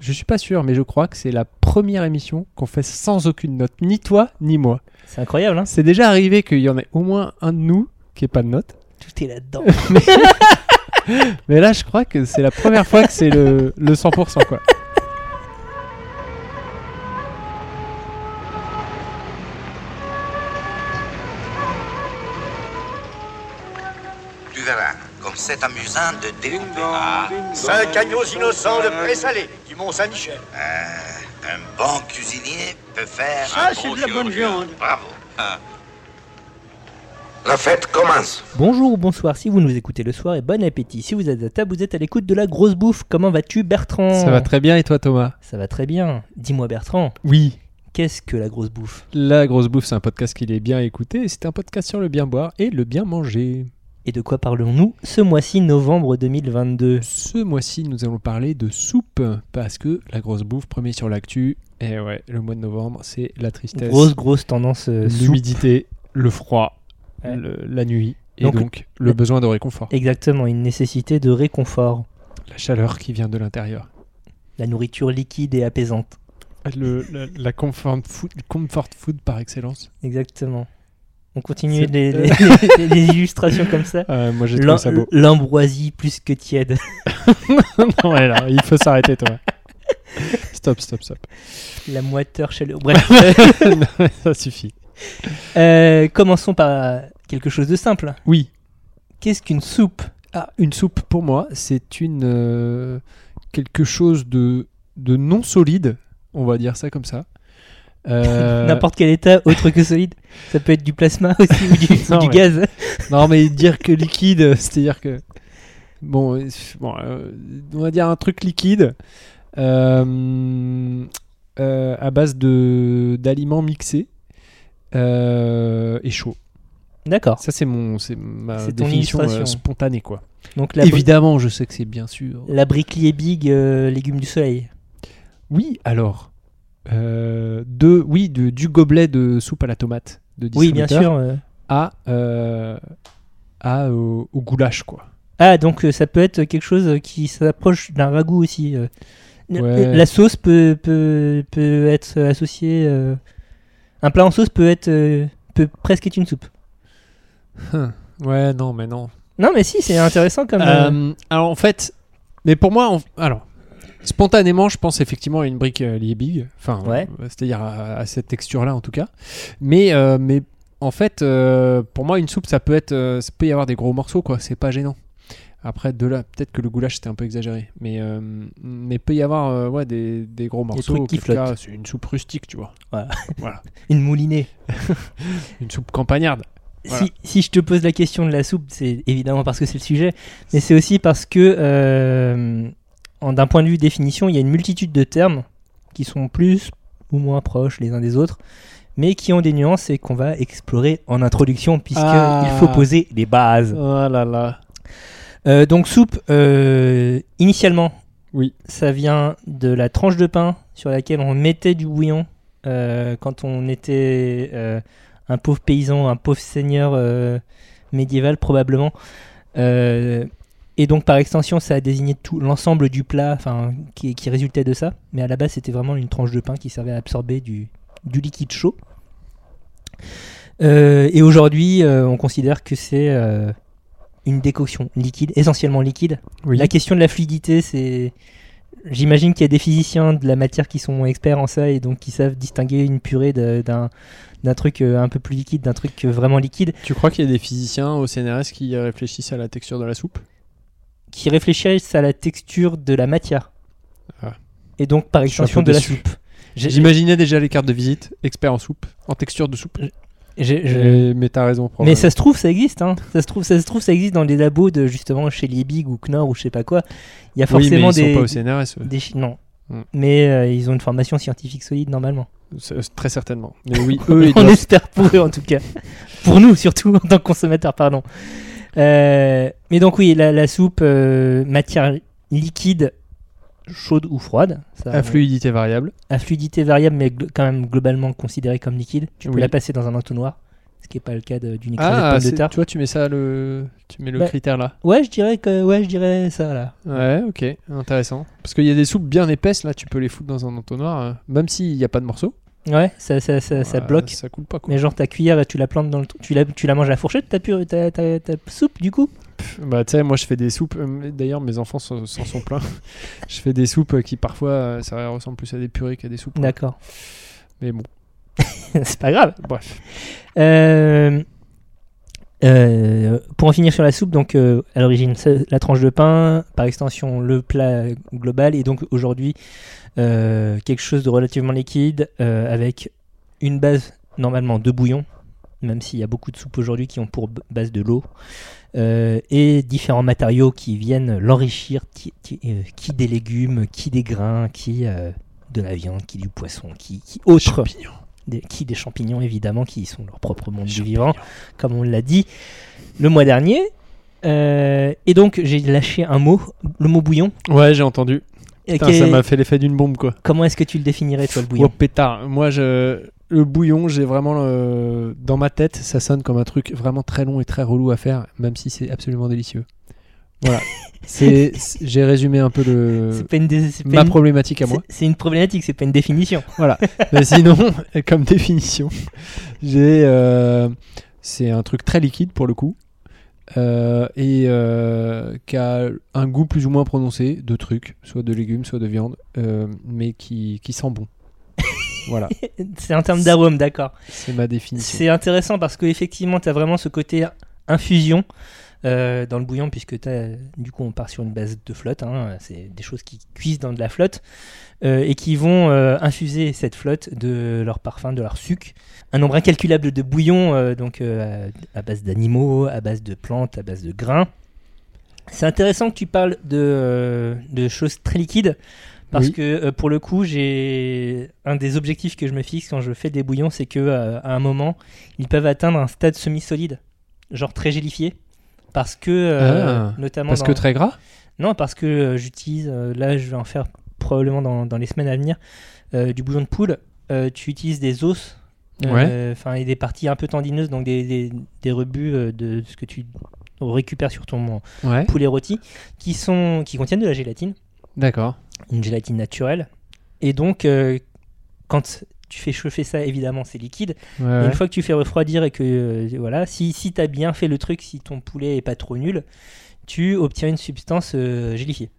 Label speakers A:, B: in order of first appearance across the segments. A: Je suis pas sûr, mais je crois que c'est la première émission qu'on fait sans aucune note, ni toi ni moi.
B: C'est incroyable, hein
A: C'est déjà arrivé qu'il y en ait au moins un de nous qui ait pas de note.
B: Tout est là-dedans.
A: Mais là, je crois que c'est la première fois que c'est le, le 100%, quoi.
C: Tu verras, comme c'est amusant de découper ah,
D: Cinq agneaux innocents de présalé du Mont-Saint-Michel.
C: un bon cuisinier peut faire
D: Ça,
C: un
D: c'est
C: bon
D: de la bonne
C: chirurgien.
D: viande.
C: Bravo. La fête commence.
B: Bonjour ou bonsoir si vous nous écoutez le soir et bon appétit. Si vous êtes à table, vous êtes à l'écoute de la grosse bouffe. Comment vas-tu, Bertrand
A: Ça va très bien, et toi, Thomas
B: Ça va très bien. Dis-moi, Bertrand,
A: Oui.
B: qu'est-ce que la grosse bouffe
A: La Grosse Bouffe, c'est un podcast qu'il est bien écouté, et c'est un podcast sur le bien boire et le bien manger.
B: Et de quoi parlons-nous ce mois-ci, novembre 2022
A: Ce mois-ci, nous allons parler de soupe, parce que La Grosse Bouffe, premier sur l'actu, et ouais, le mois de novembre, c'est la tristesse,
B: Grosse, grosse tendance euh, soupe.
A: l'humidité, le froid,
B: Ouais.
A: le- la nuit, et
B: Donc,
A: donc, le besoin de réconfort.
B: Exactement, une nécessité de réconfort.
A: La chaleur qui vient de l'intérieur.
B: La nourriture liquide et apaisante.
A: Le- la, la comfort, food, comfort food par excellence.
B: Exactement. On continue
A: C'est-
B: les,
A: euh.
B: les- les- les illustrations comme ça.
A: Euh, moi, j'ai
B: L'am-
A: trouvé ça beau.
B: L'ambroisie plus que tiède.
A: non, mais là, il faut s'arrêter, toi. Stop, stop, stop.
B: La moiteur chaleur. Bref.
A: Non, ça suffit.
B: Euh, commençons par quelque chose de simple.
A: Oui,
B: Qu'est-ce qu'une soupe
A: Ah, une soupe pour moi, c'est une euh, quelque chose de, de non solide, on va dire ça comme ça. Euh,
B: N'importe quel état autre que solide. Ça peut être du plasma aussi ou du, ou
A: Non,
B: du
A: mais-
B: gaz.
A: Non, mais dire que liquide, c'est-à-dire que bon, euh, bon, euh, on va dire un truc liquide euh, euh, à base de d'aliments mixés euh, et chaud.
B: D'accord.
A: Ça c'est mon c'est ma
B: C'est ton
A: définition euh,
B: illustration.
A: spontanée quoi.
B: Donc la, Euh. bri-
A: Évidemment, je sais que c'est bien sûr
B: la briquelier big, euh, légumes du soleil.
A: Oui, alors. Euh, de, oui, de- du gobelet de soupe à la tomate de
B: Oui, bien
A: distributeur
B: sûr. euh.
A: À, euh, à, au, au goulash, quoi.
B: Ah, donc euh, ça peut être quelque chose qui s'approche d'un ragoût aussi. euh. N-
A: Ouais.
B: euh, La sauce peut, peut, peut être associée. euh, Un plat en sauce peut être euh, peut presque être une soupe.
A: Ouais, non, mais non.
B: Non, mais si, c'est intéressant comme.
A: Ah,
B: euh,
A: alors, en fait, mais pour moi, on- alors, spontanément, je pense effectivement à une brique euh, Liebig. Enfin,
B: Ouais.
A: euh, c'est-à-dire à, à cette texture-là, en tout cas. Mais, euh, mais en fait, euh, pour moi, une soupe, ça peut être, euh, ça peut y avoir des gros morceaux, quoi. C'est pas gênant. Après, de là, peut-être que le goulash c'était un peu exagéré, mais euh, mais peut y avoir euh, ouais, des, des gros morceaux.
B: trucs qui
A: auquel cas,
B: flottent.
A: C'est une soupe rustique, tu vois.
B: Une moulinée.
A: Une soupe campagnarde. Voilà.
B: Si, si je te pose la question de la soupe, c'est évidemment parce que c'est le sujet, mais c'est aussi parce que, euh, en- d'un point de vue définition, il y a une multitude de termes qui sont plus ou moins proches les uns des autres, mais qui ont des nuances et qu'on va explorer en introduction, puisqu'il
A: Ah.
B: faut poser les bases.
A: Oh là là.
B: Euh, donc, soupe, euh, initialement,
A: Oui.
B: ça vient de la tranche de pain sur laquelle on mettait du bouillon euh, quand on était euh, un pauvre paysan, un pauvre seigneur euh, médiéval probablement. Euh, et donc par extension, ça a désigné tout l'ensemble du plat, enfin qui, qui résultait de ça. Mais à la base, c'était vraiment une tranche de pain qui servait à absorber du, du liquide chaud. Euh, et aujourd'hui, euh, on considère que c'est euh, une décoction liquide, essentiellement liquide,
A: Oui.
B: la question de la fluidité, c'est. J'imagine qu'il y a des physiciens de la matière qui sont experts en ça et donc qui savent distinguer une purée de- d'un d'un truc euh, un peu plus liquide, d'un truc euh, vraiment liquide,
A: Tu crois qu'il y a des physiciens au CNRS qui réfléchissent à la texture de la soupe
B: qui réfléchissent à la texture de la matière.
A: Ah.
B: Et donc par
A: Je suis un
B: extension
A: peu
B: de la
A: déçu.
B: soupe. J'ai-
A: J'imaginais déjà les cartes de visite, expert en soupe, en texture de soupe.
B: j'ai- j'ai-
A: Mais- Mais t'as raison,
B: Euh, Mais
A: probablement.
B: ça se trouve, ça existe. Hein. Ça se trouve, ça se trouve, ça existe dans les labos de justement chez Liebig ou Knorr ou je sais pas quoi. Il y a
A: oui, mais
B: forcément
A: ils sont pas au
B: des,
A: CNRS, eux.
B: des chi- non.
A: Hmm.
B: Mais euh, ils ont une formation scientifique solide normalement.
A: C'est- euh, Très certainement. Mais oui, eux, ils
B: on
A: doivent-
B: espère pour eux en tout cas. pour nous surtout en tant que consommateurs, pardon. Euh, mais donc oui, la, la soupe, euh, matière liquide, chaude ou froide. Ça,
A: à fluidité variable.
B: à fluidité variable mais glo- quand même globalement considérée comme liquide. Tu peux
A: Oui.
B: la passer dans un entonnoir. Ce qui n'est pas le cas de- d'une écrasée de
A: Ah,
B: pommes de
A: c'est-
B: terre.
A: tu vois, tu mets ça le, tu mets le
B: Bah.
A: critère là.
B: Ouais, je dirais que ouais, je dirais ça là.
A: Ouais, ok, intéressant. Parce qu'il y a des soupes bien épaisses là, tu peux les foutre dans un entonnoir, euh, même s'il n'y a pas de morceaux.
B: Ouais, ça ça, ça, ça
A: Euh,
B: bloque.
A: Ça coule pas quoi.
B: Mais genre ta cuillère, tu la plantes dans le trou- tu la tu la manges à la fourchette ta pure ta, ta- ta soupe du coup.
A: Bah, tu sais, moi je fais des soupes. euh, D'ailleurs, mes enfants s'en s'en sont pleins. je fais des soupes euh, qui parfois euh, ça ressemble plus à des purées qu'à des soupes. quoi.
B: D'accord.
A: Mais bon,
B: C'est pas grave.
A: bref.
B: Euh, euh, pour en finir sur la soupe, donc euh, à l'origine c'est la tranche de pain, par extension le plat global, et donc aujourd'hui euh, quelque chose de relativement liquide euh, avec une base normalement de bouillon, même s'il y a beaucoup de soupes aujourd'hui qui ont pour b- base de l'eau, euh, et différents matériaux qui viennent l'enrichir, qui, qui- euh, qui des légumes, qui des grains, qui euh, de la viande, qui du poisson, qui, qui autre des, qui des champignons évidemment qui sont leur propre monde du vivant comme on l'a dit le mois dernier Euh, et donc j'ai lâché un mot le mot bouillon
A: Ouais, j'ai entendu.
B: Euh,
A: Putain,
B: qu'est- hein.
A: ça m'a fait l'effet d'une bombe quoi.
B: comment est-ce que tu le définirais toi le bouillon
A: Oh, pétard. Moi, je... le bouillon, j'ai vraiment. le- Dans ma tête, ça sonne comme un truc vraiment très long et très relou à faire, même si c'est absolument délicieux. Voilà. c'est... c'est- J'ai résumé un peu le...
B: c'est pas une, dé- c'est pas
A: euh, ma
B: une-
A: problématique à moi.
B: c'est- c'est une problématique c'est pas une définition
A: Mais sinon, comme définition, j'ai. euh, C'est un truc très liquide pour le coup. euh, et euh, qui a un goût plus ou moins prononcé de trucs, soit de légumes, soit de viande, euh, mais qui, qui sent bon. voilà,
B: c'est un terme d'arôme d'accord
A: c'est ma définition.
B: C'est intéressant parce qu'effectivement, tu as vraiment ce côté infusion euh, dans le bouillon, puisque t'as- du coup, on part sur une base de flotte. hein, c'est des choses qui cuisent dans de la flotte euh, et qui vont euh, infuser cette flotte de leur parfum, de leur sucre. Un nombre incalculable de bouillons, euh, donc euh, à à base d'animaux, à base de plantes, à base de grains. C'est intéressant que tu parles de, euh, de choses très liquides. Parce
A: Oui.
B: que euh, pour le coup, j'ai un des objectifs que je me fixe quand je fais des bouillons, c'est que euh, à un moment, ils peuvent atteindre un stade semi-solide, genre très gélifié, parce que euh,
A: Ah,
B: notamment
A: Parce
B: dans-
A: que très gras
B: non parce que euh, j'utilise euh, là, je vais en faire probablement dans, dans les semaines à venir euh, du bouillon de poule. Euh, tu utilises des os, euh, enfin et des parties un peu tendineuses, donc des, des- des rebuts euh, de ce que tu récupères sur ton
A: Ouais,
B: poulet rôti, qui sont qui contiennent de la gélatine
A: d'accord.
B: une gélatine naturelle. Et donc, euh, quand tu fais chauffer ça, évidemment, c'est liquide.
A: Ouais,
B: Et
A: ouais.
B: Une fois que tu fais refroidir et que, euh, voilà, si, si tu as bien fait le truc, si ton poulet est pas trop nul, tu obtiens une substance euh, gélifiée.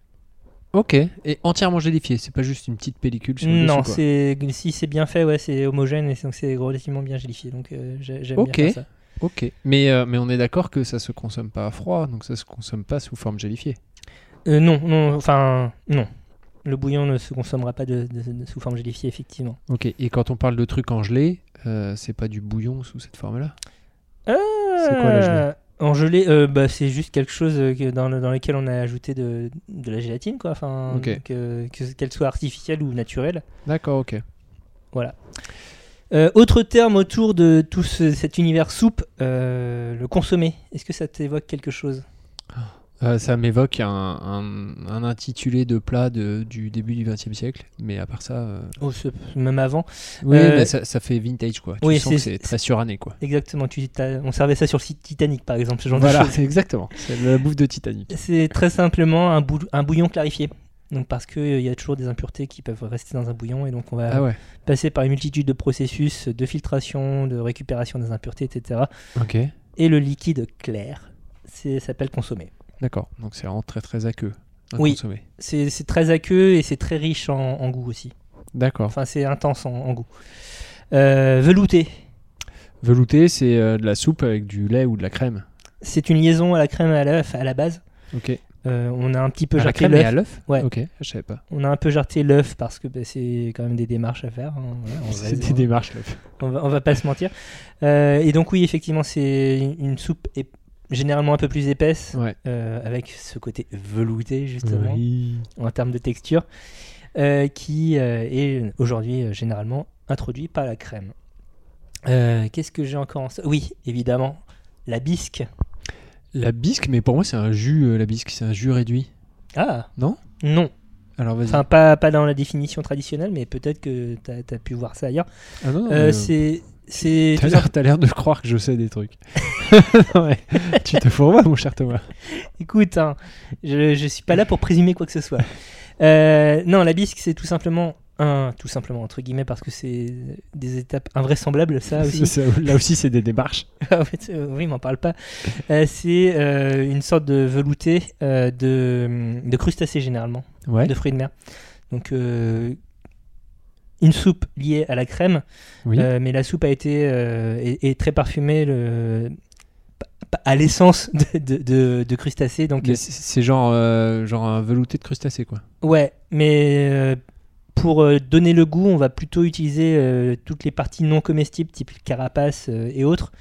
A: Ok, et entièrement gélifié, c'est pas juste une petite pellicule sur le
B: non,
A: dessus, quoi.
B: c'est si c'est bien fait, ouais, c'est homogène et donc c'est relativement bien gélifié. Donc, euh, j'ai- j'aime
A: Ok.
B: bien faire ça.
A: Ok, mais, euh, mais on est d'accord que ça se consomme pas à froid, donc ça se consomme pas sous forme gélifiée.
B: Euh, non, non, enfin, non. Le bouillon ne se consommera pas de, de- de- sous forme gélifiée, effectivement.
A: Ok, et quand on parle de trucs en gelée, euh, c'est pas du bouillon sous cette forme-là
B: Euh.
A: C'est quoi la gelée
B: En gelée, euh, bah, c'est juste quelque chose euh, que- dans, le- dans lequel on a ajouté de, de la gélatine, quoi. Enfin,
A: Ok.
B: que- que- qu'elle soit artificielle ou naturelle.
A: D'accord, ok.
B: Euh, autre terme autour de tout ce- cet univers soupe, euh, le consommer. Est-ce que ça t'évoque quelque chose
A: Euh, ça m'évoque un, un- un intitulé de plat de- du début du XXe siècle, mais à part ça... euh,
B: Oh, ce- Même avant.
A: Oui,
B: Euh,
A: mais ça, ça fait vintage, quoi. Tu
B: oui,
A: sens que
B: c'est-
A: c'est très suranné, quoi.
B: Exactement. Tu, t'as- on servait ça sur le site Titanic, par exemple, ce genre de
A: Voilà,
B: choses.
A: c'est exactement. C'est la bouffe de Titanic.
B: C'est très simplement un, bou- un bouillon clarifié. Donc parce qu'il y a toujours des impuretés qui peuvent rester dans un bouillon et donc on va
A: Ah ouais,
B: passer par une multitude de processus de filtration, de récupération des impuretés, etc.
A: ok.
B: Et le liquide clair, c'est ça s'appelle consommer.
A: D'accord, donc c'est vraiment très très aqueux à
B: Oui.
A: consommer.
B: C'est c'est très aqueux et c'est très riche en, en goût aussi.
A: D'accord.
B: Enfin, c'est intense en, en goût. Euh, velouté,
A: Velouté, c'est euh, de la soupe avec du lait ou de la crème.
B: c'est une liaison à la crème et à l'œuf à la base.
A: Ok.
B: Euh, on a un petit peu
A: À la
B: jarté
A: crème et à
B: l'œuf.
A: l'œuf
B: Ouais.
A: Ok, je savais pas.
B: On a un peu jarté l'œuf parce que bah, c'est quand même des démarches à faire. hein. Voilà, on va-
A: C'est des démarches, l'œuf.
B: on va, on va pas se mentir. Euh, et donc oui, effectivement, c'est une soupe ép- généralement un peu plus épaisse,
A: Ouais.
B: euh, avec ce côté velouté justement
A: Oui.
B: en termes de texture, euh, qui euh, est aujourd'hui euh, généralement introduit par la crème. Euh, Qu'est-ce que j'ai encore en so- Oui, évidemment, la bisque.
A: La bisque, mais pour moi, c'est un jus, euh, la bisque, c'est un jus réduit.
B: Ah
A: Non
B: Non,
A: Alors vas-y.
B: enfin pas, pas dans la définition traditionnelle, mais peut-être que tu as, pu voir ça ailleurs.
A: ah non, non,
B: Euh,
A: mais-
B: c'est c'est
A: T'as
B: tout ça.
A: l'air- t'as l'air de croire que je sais des trucs. Non, mais tu te fourvoies, mon cher Thomas.
B: Ah Écoute, hein, je, je suis pas là pour présumer quoi que ce soit. Euh, non, la bisque, c'est tout simplement un, tout simplement entre guillemets, parce que c'est des étapes invraisemblables, ça aussi.
A: Ça, Là aussi, c'est des démarches.
B: Ah ouais, tu- euh, oui, m'en parle pas. Euh, c'est euh, une sorte de velouté euh, de, de crustacés généralement,
A: Ouais.
B: de fruits de mer. Donc euh, une soupe liée à la crème,
A: Oui.
B: euh, mais la soupe a été euh, est, est très parfumée le, pa- pa- à l'essence de, de, de- de crustacés. Donc euh,
A: Mais c'est- C'est genre, euh, genre un velouté de crustacés, quoi.
B: ouais, mais euh, pour euh, donner le goût, on va plutôt utiliser euh, toutes les parties non comestibles, type carapace euh, et autres.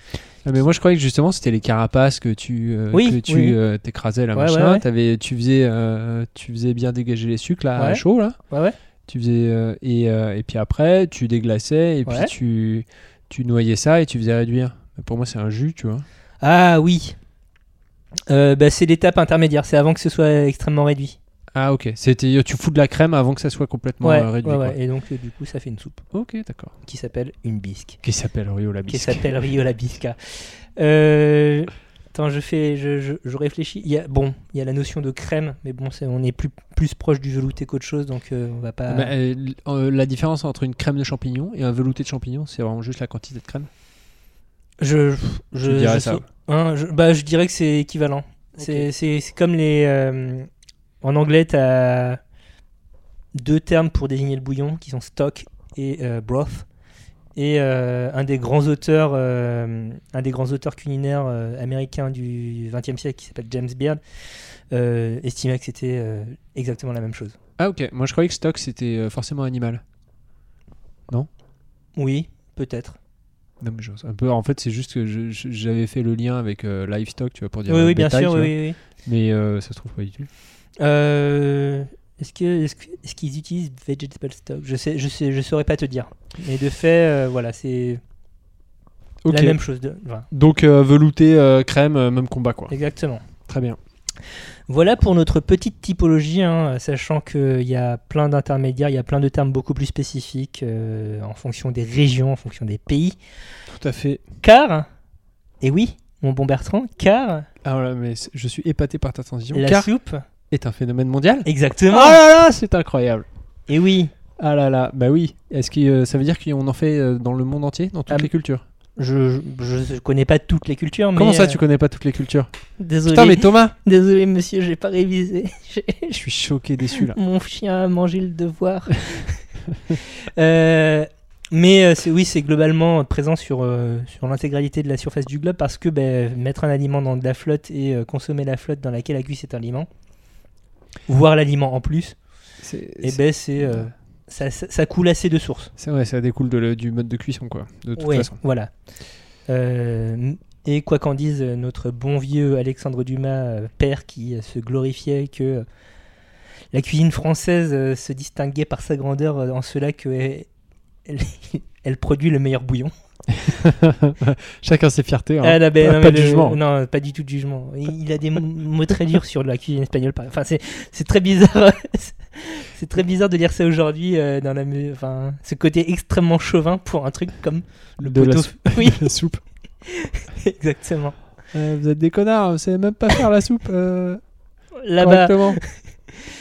A: Ah, mais moi, je croyais que justement, c'était les carapaces que tu, euh,
B: Oui,
A: que tu
B: oui.
A: euh, t'écrasais, là,
B: Ouais,
A: machin.
B: ouais, ouais.
A: T'avais- tu, faisais, euh, tu faisais bien dégager les sucres, là, à
B: Ouais.
A: chaud, là.
B: Ouais, ouais.
A: Tu faisais, euh, et, euh, et puis après, tu déglaçais, et
B: Ouais.
A: puis tu, tu noyais ça, et tu faisais réduire. Pour moi, c'est un jus, tu vois.
B: Ah oui. Euh, bah, c'est l'étape intermédiaire, c'est avant que ce soit extrêmement réduit.
A: Ah, ok. C'était, tu fous de la crème avant que ça soit complètement
B: ouais,
A: euh, réduit,
B: ouais,
A: quoi.
B: ouais. Et donc euh, du coup ça fait une soupe
A: Ok, d'accord.
B: qui s'appelle une bisque,
A: Qui s'appelle Rio la
B: qui
A: bisque.
B: s'appelle Rio la bisca. Euh, Attends, je fais, je, je- je réfléchis. Il y a, bon, il y a la notion de crème, mais bon, c'est- on est plus plus proche du velouté qu'autre chose, donc euh, on va pas.
A: Mais, euh, l- euh, la différence entre une crème de champignons et un velouté de champignons, c'est vraiment juste la quantité de crème.
B: je, je,
A: tu dirais
B: je
A: ça.
B: sais- hein, je- bah, je dirais que c'est équivalent. C'est- C'est c'est comme les. euh, en anglais, tu as deux termes pour désigner le bouillon qui sont stock et euh, broth. Et euh, un des grands auteurs, euh, un des grands auteurs culinaires euh, américains du XXe siècle, qui s'appelle James Beard, euh, estimait que c'était euh, exactement la même chose.
A: Ah ok, moi je croyais que stock c'était euh, forcément animal.
B: Oui, peut-être.
A: Non mais je- un peu. En fait c'est juste que je- je- j'avais fait le lien avec euh, livestock, tu vois, pour dire.
B: Oui,
A: euh,
B: oui, bien
A: bétail,
B: sûr.
A: tu
B: Oui,
A: vois.
B: oui, oui.
A: Mais euh, ça se trouve pas du tout.
B: Euh, est-ce que est-ce que- est-ce qu'ils utilisent vegetable stock Je sais, je sais, je saurais pas te dire. Mais de fait, euh, voilà, c'est
A: Ok.
B: la même chose. De, enfin,
A: Donc euh, velouté, euh, crème, euh, même combat quoi.
B: exactement.
A: Très bien.
B: Voilà pour notre petite typologie, hein, sachant qu'il y a plein d'intermédiaires, il y a plein de termes beaucoup plus spécifiques euh, en fonction des régions, en fonction des pays.
A: Tout à fait.
B: Car, et oui, mon bon Bertrand, car
A: Alors là, Ah, mais c'est- je suis épaté par ta transition.
B: la
A: Car
B: soupe,
A: est un phénomène mondial.
B: exactement.
A: Ah là là, c'est incroyable.
B: et oui,
A: Ah là là, bah oui. Est-ce que euh, ça veut dire qu'on en fait euh, dans le monde entier, dans toutes
B: Ah,
A: les cultures
B: je, je, je connais pas toutes les cultures, mais
A: Comment ça,
B: euh,
A: tu connais pas toutes les cultures
B: Désolé,
A: Putain, mais Thomas
B: désolé monsieur, j'ai pas révisé.
A: Je suis choqué, déçu là.
B: Mon chien a mangé le devoir. Euh, mais euh, c'est, oui, c'est globalement présent sur, euh, sur l'intégralité de la surface du globe parce que ben, mettre un aliment dans de la flotte et euh, consommer la flotte dans laquelle a cuit cet aliment, voir l'aliment en plus,
A: C'est
B: et ben, c'est, euh, ça, ça- ça coule assez de sources.
A: c'est vrai, ça découle de le- du mode de cuisson quoi, de toute
B: Ouais,
A: façon.
B: Voilà. Euh, et quoi qu'en dise euh, notre bon vieux Alexandre Dumas, euh, père, qui euh, se glorifiait que euh, la cuisine française euh, se distinguait par sa grandeur euh, en cela que euh, elle, elle produit le meilleur bouillon.
A: Chacun ses fiertés. hein.
B: Ah, non, ben,
A: pas-
B: non,
A: pas
B: mais
A: de
B: le-
A: jugement.
B: Non, pas du tout de jugement. Il, il a des mots très durs sur la cuisine espagnole. par- Enfin, c'est c'est très bizarre. c'est très bizarre de lire ça aujourd'hui euh, dans la, mu- enfin, ce côté extrêmement chauvin pour un truc comme le
A: De la
B: poteau.
A: soupe.
B: Oui,
A: La soupe.
B: exactement.
A: Euh, vous êtes des connards, vous savez même pas faire la soupe euh,
B: Là-bas,
A: correctement.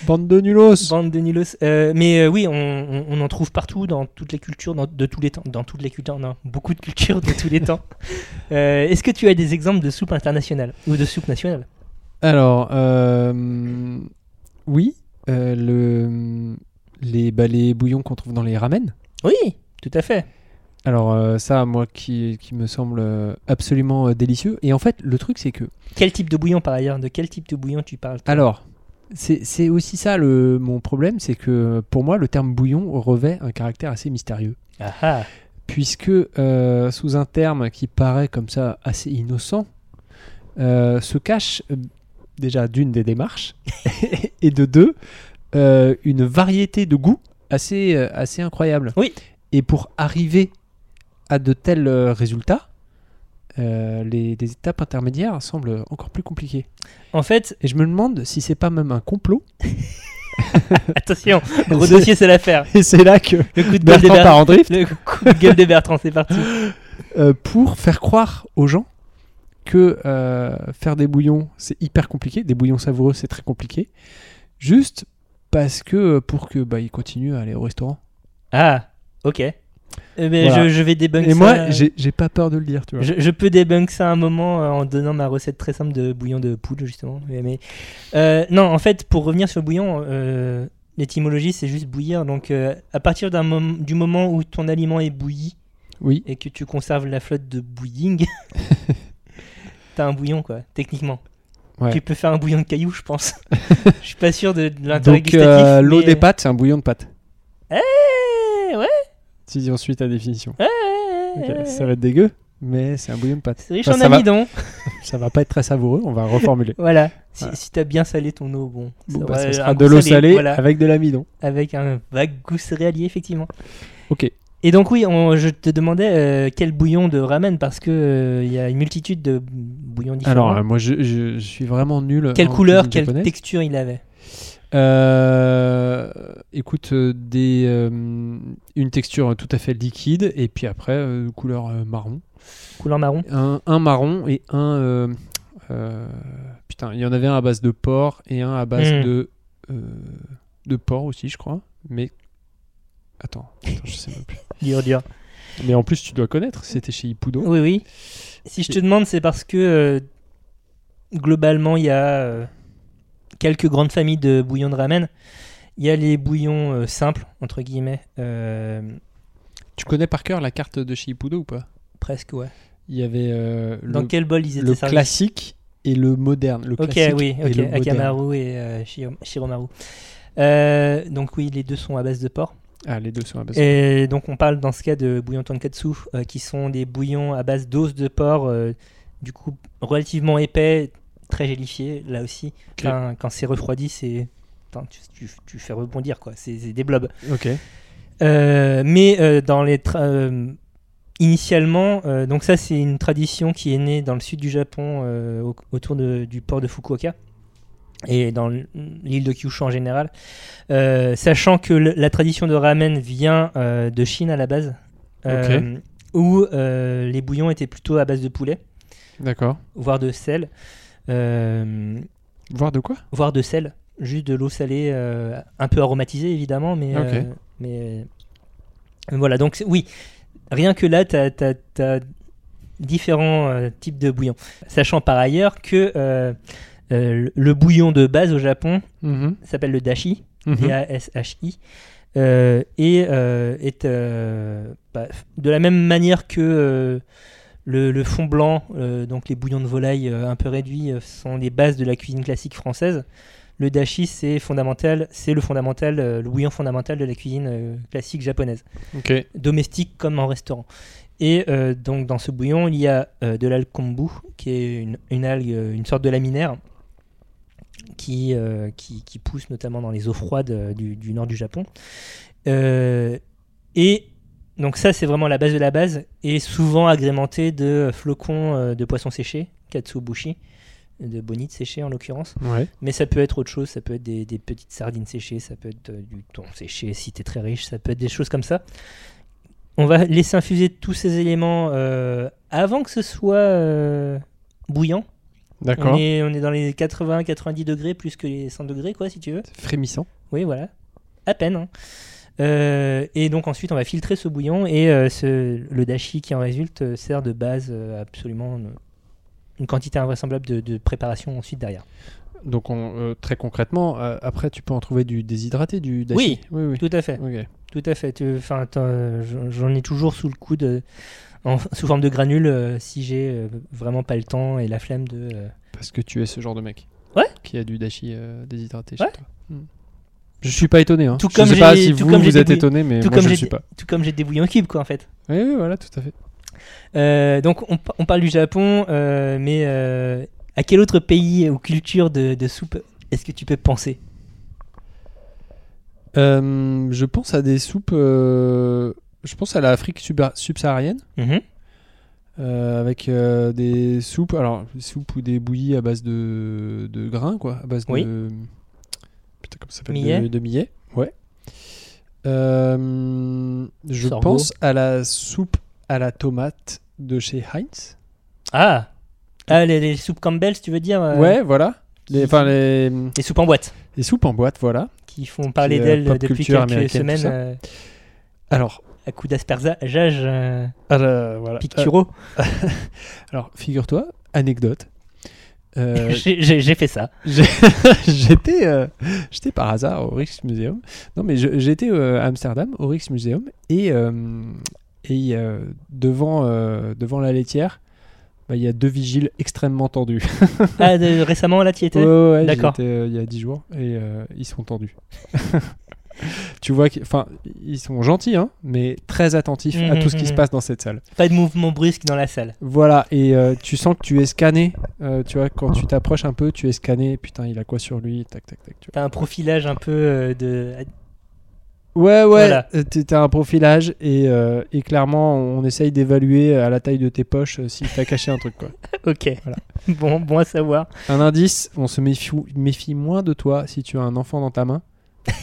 A: Bande de nulos.
B: Bande de Nilos. Euh, mais euh, oui, on, on- on en trouve partout, dans toutes les cultures, dans, de tous les temps. Dans toutes les cultures, non, beaucoup de cultures de tous les temps. Euh, Est-ce que tu as des exemples de soupe internationale ou de soupe nationale
A: Alors, euh, oui, euh, le, les, bah, les bouillons qu'on trouve dans les ramen.
B: Oui, tout à fait.
A: Alors euh, ça, moi, qui, qui me semble euh, absolument euh, délicieux. Et en fait, le truc, c'est que
B: Quel type de bouillon par ailleurs De quel type de bouillon tu parles
A: Alors, c'est c'est aussi ça le, mon problème, c'est que pour moi, le terme bouillon revêt un caractère assez mystérieux.
B: Ah ah,
A: Puisque euh, sous un terme qui paraît comme ça assez innocent, euh, se cache euh, déjà d'une des démarches et de deux, euh, une variété de goûts assez, euh, assez incroyable.
B: Oui.
A: Et pour arriver à de tels euh, résultats, euh, les, les étapes intermédiaires semblent encore plus compliquées.
B: En fait,
A: Et je me demande si c'est pas même un complot.
B: attention, gros dossier, c'est l'affaire.
A: Et c'est là que
B: Le coup de gueule de
A: Bertrand part
B: Bertrand.
A: en drift.
B: Le coup de gueule de Bertrand, c'est parti.
A: euh, pour faire croire aux gens que euh, faire des bouillons, c'est hyper compliqué. Des bouillons savoureux, c'est très compliqué. Juste parce que euh, pour que bah, ils continuent à aller au restaurant.
B: Ah, ok. Euh, mais
A: Voilà.
B: je, je vais débunk
A: Et
B: ça. euh,
A: moi, j'ai j'ai pas peur de le dire, tu vois.
B: Je, je peux débunk ça un moment euh, en donnant ma recette très simple de bouillon de poule, justement. Mais, mais- euh, non, en fait, pour revenir sur le bouillon, euh, l'étymologie, c'est juste bouillir. Donc, euh, à partir d'un mom- du moment où ton aliment est bouilli
A: Oui,
B: et que tu conserves la flotte de bouilling, t'as un bouillon, quoi, techniquement.
A: Ouais.
B: Tu peux faire un bouillon de cailloux, je pense. Je suis pas sûr de, de l'intérêt
A: donc
B: gustatif.
A: euh, l'eau
B: mais-
A: des pâtes, c'est un bouillon de pâtes.
B: Eh, ouais,
A: Si j'en suis ta définition.
B: ouais,
A: Ok,
B: ouais, ouais.
A: Ça va être dégueu, mais c'est un bouillon de pâtes.
B: C'est riche
A: Enfin,
B: en
A: ça va-
B: amidon.
A: Ça va pas être très savoureux, on va reformuler.
B: Voilà. Si,
A: Voilà.
B: si t'as bien salé ton eau, bon.
A: Bon,
B: ça
A: bah,
B: aura
A: ça
B: un
A: sera de
B: goût
A: l'eau salée
B: voilà, avec...
A: avec de l'amidon.
B: un vague goût céréalier, effectivement.
A: Ok.
B: Et donc, oui, on- je te demandais euh, quel bouillon de ramen, parce que euh, il y a une multitude de bouillons différents.
A: Alors, euh, moi, je, je- je suis vraiment nul.
B: quelle
A: en
B: couleur,
A: cuisine
B: quelle
A: japonaise.
B: texture il avait
A: Euh, Écoute, euh, des, euh, une texture tout à fait liquide, et puis après, euh, couleur euh, marron.
B: Couleur marron
A: Un, un marron et un. euh, euh, putain, il y en avait un à base de porc et un à base
B: Mm.
A: de. euh, de porc aussi, je crois. Mais. Attends, attends, je sais même plus.
B: Dur, dur.
A: Mais en plus, tu dois connaître, c'était chez Ipudo.
B: Oui, oui. Si je te demande, c'est parce que euh, globalement, il y a euh, quelques grandes familles de bouillons de ramen. Il y a les bouillons euh, simples, entre guillemets, euh,
A: Tu connais par cœur la carte de chez Ipudo ou pas
B: presque, ouais.
A: Il y avait. euh, le
B: Dans quel bol ils étaient
A: le
B: servis
A: classique et le moderne. Le
B: Ok,
A: classique
B: oui,
A: et
B: ok.
A: le moderne.
B: Akamaru et euh, Shiro- Shiromaru. Euh, donc oui, les deux sont à base de porc.
A: Ah, les deux sont à base.
B: Et donc on parle dans ce cas de bouillons tonkatsu, euh, qui sont des bouillons à base d'os de porc, euh, du coup relativement épais, très gélifiés, là aussi.
A: Ok.
B: Enfin, quand c'est refroidi, c'est... enfin, tu, tu- tu fais rebondir, quoi. C'est c'est des blobs.
A: Ok.
B: Euh, mais euh, dans les tra- euh, initialement, euh, donc ça c'est une tradition qui est née dans le sud du Japon, euh, au- autour de- du port de Fukuoka et dans l- l'île de Kyushu en général, Euh, sachant que le- la tradition de ramen vient euh, de Chine à la base, euh, où euh, les bouillons étaient plutôt à base de poulet,
A: D'accord.
B: voire de sel. Euh,
A: Voir de quoi
B: voire de sel, juste de l'eau salée, euh, un peu aromatisée évidemment, mais,
A: Ok.
B: euh, mais euh, mais voilà. Donc c'est- oui, rien que là, tu as, différents euh, types de bouillons. Sachant par ailleurs que euh, euh, le bouillon de base au Japon s'appelle le dashi,
A: Mm-hmm. Mhm.
B: D-A-S-H-I, euh, et euh, est euh, bah, de la même manière que euh, le, le fond blanc, euh, donc les bouillons de volaille euh, un peu réduits, euh, sont les bases de la cuisine classique française. Le dashi, c'est fondamental, c'est le fondamental, euh, le bouillon fondamental de la cuisine euh, classique japonaise,
A: Ok.
B: domestique comme en restaurant. Et euh, donc dans ce bouillon, il y a euh, de l'algue kombu, qui est une, une algue, euh, une sorte de laminaire, qui, euh, qui, qui pousse notamment dans les eaux froides euh, du, du nord du Japon. Euh, et donc ça, c'est vraiment la base de la base, et souvent agrémentée de flocons euh, de poissons séchés, katsuobushi, de bonites séchées en l'occurrence.
A: Ouais.
B: Mais ça peut être autre chose, ça peut être des, des petites sardines séchées, ça peut être euh, du thon séché si t'es très riche, ça peut être des choses comme ça. On va laisser infuser tous ces éléments euh, avant que ce soit euh, bouillant. On
A: D'accord.
B: est, on est dans les 80-90 degrés plus que les 100 degrés, quoi, si tu veux.
A: Frémissant.
B: Oui, voilà. À peine. hein. Euh, et donc ensuite, on va filtrer ce bouillon et euh, ce- le dashi qui en résulte euh, sert de base euh, absolument une, une quantité invraisemblable de- de préparation ensuite derrière.
A: Donc on, euh, très concrètement, euh, après tu peux en trouver du déshydraté, du dashi.
B: Oui.
A: oui, oui.
B: Tout à fait.
A: Ok.
B: Tout à fait. Tu- Enfin, t'en- j'en- j'en ai toujours sous le coude, euh, en- sous forme de granules, euh, si j'ai euh, vraiment pas le temps et la flemme de. euh,
A: Parce que tu es ce genre de mec.
B: Ouais.
A: Qui a du dashi euh, déshydraté
B: Ouais.
A: chez toi. Mm. Je suis pas étonné. Hein.
B: Tout
A: je
B: comme
A: sais pas
B: j'ai-
A: si
B: tout
A: vous
B: comme j'ai
A: vous êtes
B: des bouilles-
A: étonné, mais
B: tout
A: moi
B: comme
A: je
B: j'ai
A: le suis
B: des-
A: pas.
B: Tout comme j'ai des bouillons cubes, quoi, en fait.
A: Oui, oui, voilà, tout à fait.
B: Euh, donc, on, pa- on parle du Japon, euh, mais euh, à quel autre pays ou culture de, de soupe est-ce que tu peux penser
A: Euh, je pense à des soupes. euh, je pense à l'Afrique suba- subsaharienne.
B: Mm-hmm.
A: Euh, avec euh, des soupes, alors des soupes ou des bouillies à base de, de grains, quoi, à base
B: Oui.
A: de. Putain, comment ça s'appelle
B: Millet.
A: De, de millet, ouais. Euh, je
B: Sorgho.
A: pense à la soupe à la tomate de chez Heinz.
B: Ah Ah, les, les soupes Campbell's, tu veux dire euh,
A: Ouais, voilà. Les, enfin, les,
B: Les soupes en boîte,
A: les soupes en boîte, voilà.
B: qui font parler
A: euh,
B: d'elles
A: pop
B: depuis
A: culture
B: quelques
A: américaine, tout
B: semaines
A: ça.
B: euh,
A: Alors,
B: à coup d'aspergeage euh,
A: alors, voilà.
B: picturo.
A: Euh, alors, figure-toi, anecdote. Euh,
B: J'ai- J'ai j'ai fait ça.
A: j'ai- j'étais, euh, j'étais par hasard au Rijksmuseum. Non, mais je- j'étais euh, à Amsterdam au Rijksmuseum et, euh, et euh, devant, euh, devant la laitière, bah, il y a deux vigiles extrêmement tendus.
B: Ah, de- récemment, là, tu étais
A: Ouais, ouais, ouais, j'y
B: D'accord.
A: étais, euh, il y a 10 jours et euh, ils sont tendus. tu vois, que- enfin, ils sont gentils, hein, mais très attentifs à
B: Mhm,
A: tout ce qui se
B: mhm.
A: passe dans cette salle.
B: Pas de mouvement brusque dans la salle.
A: Voilà, et euh, tu sens que tu es scanné. euh, tu vois, quand tu t'approches un peu, tu es scanné. Putain, il a quoi sur lui Tac, tac, tac. Tu
B: T'as un profilage un peu euh, de.
A: vois. Ouais, ouais,
B: Voilà.
A: euh, t'es- t'as un profilage et, euh, et clairement, on essaye d'évaluer euh, à la taille de tes poches euh, si t'as caché un truc, quoi.
B: Ok.
A: Voilà.
B: Bon, bon à savoir.
A: Un indice, on se méfie, méfie moins de toi si tu as un enfant dans ta main.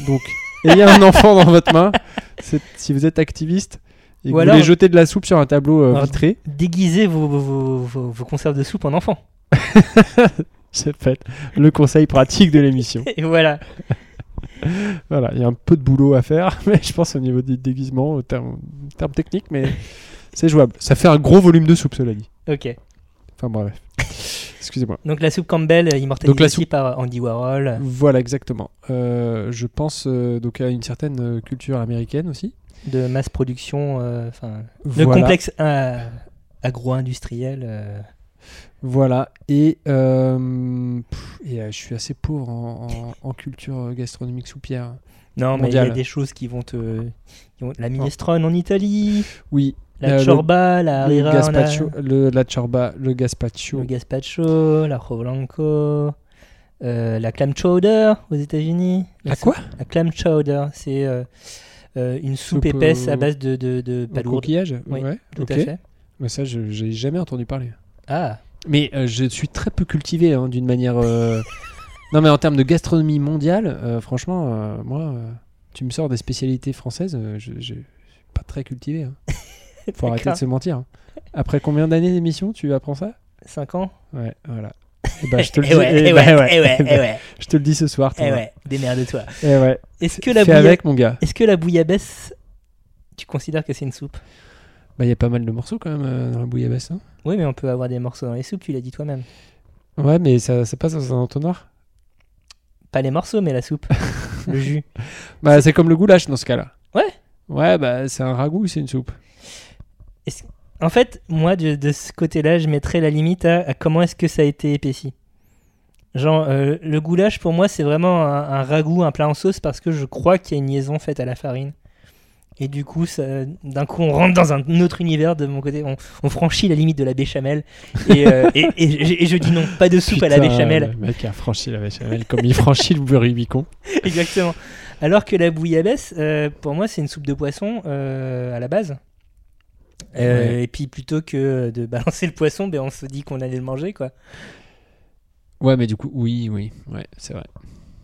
A: Donc, ayez un enfant dans votre main. C'est- Si vous êtes activiste et que
B: Ou
A: vous
B: alors-
A: voulez jeter de la soupe sur un tableau euh,
B: Alors-
A: vitré,
B: Déguisez vos, vos- vos- vos- vos conserves de soupe en enfant.
A: c'est fait le conseil pratique de l'émission.
B: Et voilà.
A: Voilà, il y a un peu de boulot à faire, mais je pense au niveau des déguisements, au terme, terme technique, mais c'est jouable. Ça fait un gros volume de soupe, cela dit.
B: Ok.
A: Enfin, bref. Excusez-moi.
B: Donc la soupe Campbell, euh, immortalisée
A: Donc, la
B: aussi par Andy Warhol.
A: Voilà, exactement. Euh, je pense euh, donc à une certaine euh, culture américaine aussi.
B: de masse production, euh, enfin le
A: Voilà.
B: complexe euh, agro-industriel. euh.
A: Voilà, et, euh, pff, et euh, je suis assez pauvre en, en- en culture euh, gastronomique soupière.
B: Non, mais il y a
A: Mondial.
B: des choses qui vont te. qui vont- La minestrone en Italie,
A: Oui,
B: la
A: Euh, le-
B: ciorba, la
A: le
B: harira, en Ah, a-
A: gazpacho, le, la ciorba, le gazpacho,
B: le gazpacho, la rolanco, euh, la clam chowder aux États-Unis.
A: La Ah, quoi
B: soupe- La clam chowder, c'est euh, euh, une
A: Soupe,
B: soupe, épaisse
A: euh,
B: à base de, de, de
A: le
B: palourdes.
A: coquillage.
B: Oui,
A: ouais,
B: Tout
A: ok.
B: à fait.
A: Mais ça, je j'ai jamais entendu parler.
B: Ah,
A: Mais euh, je suis très peu cultivé hein, d'une manière. euh, non, mais en termes de gastronomie mondiale, euh, franchement, euh, moi, euh, tu me sors des spécialités françaises, euh, je, je- je suis pas très cultivé. hein. Faut arrêter de
B: D'accord.
A: se mentir. hein. Après combien d'années d'émission, tu apprends ça
B: 5 ans
A: Ouais, voilà. Eh ben, je te le
B: Eh
A: dis.
B: ouais,
A: eh
B: eh
A: ben,
B: ouais, eh ouais,
A: eh
B: eh
A: ben,
B: ouais,
A: Je te le dis ce soir.
B: eh
A: Thomas.
B: ouais, démerde-toi.
A: Eh ouais.
B: Est-ce que la
A: Fais
B: bouilla-
A: avec mon gars.
B: Est-ce que la bouillabaisse, tu considères que c'est une soupe
A: Bah il y a pas mal de morceaux quand même euh, dans la bouillabaisse. hein.
B: Oui, mais on peut avoir des morceaux dans les soupes, tu l'as dit toi-même.
A: Ouais, mais ça, ça passe dans un entonnoir.
B: Pas les morceaux, mais la soupe, le jus.
A: Bah c'est comme le goulash dans ce cas-là.
B: Ouais.
A: Ouais, bah c'est un ragoût, ou c'est une soupe.
B: En fait, moi, de, de ce côté-là, je mettrais la limite à, à comment est-ce que ça a été épaissi. Genre, euh, le goulash, pour moi, c'est vraiment un, un ragoût, un plat en sauce, parce que je crois qu'il y a une liaison faite à la farine. Et du coup, ça- d'un coup, on rentre dans un autre univers de mon côté. On, on franchit la limite de la béchamel. Et, euh, et- et je- et je dis non, pas de soupe à la
A: Putain,
B: béchamel.
A: Le mec a franchi la béchamel comme il franchit le Rubicon.
B: Exactement. Alors que la bouillabaisse, euh, pour moi, c'est une soupe de poisson euh, à la base. Euh,
A: Ouais.
B: Et puis plutôt que de balancer le poisson, ben, on se dit qu'on allait le manger. quoi.
A: Ouais, mais du coup, oui, oui, ouais, c'est vrai.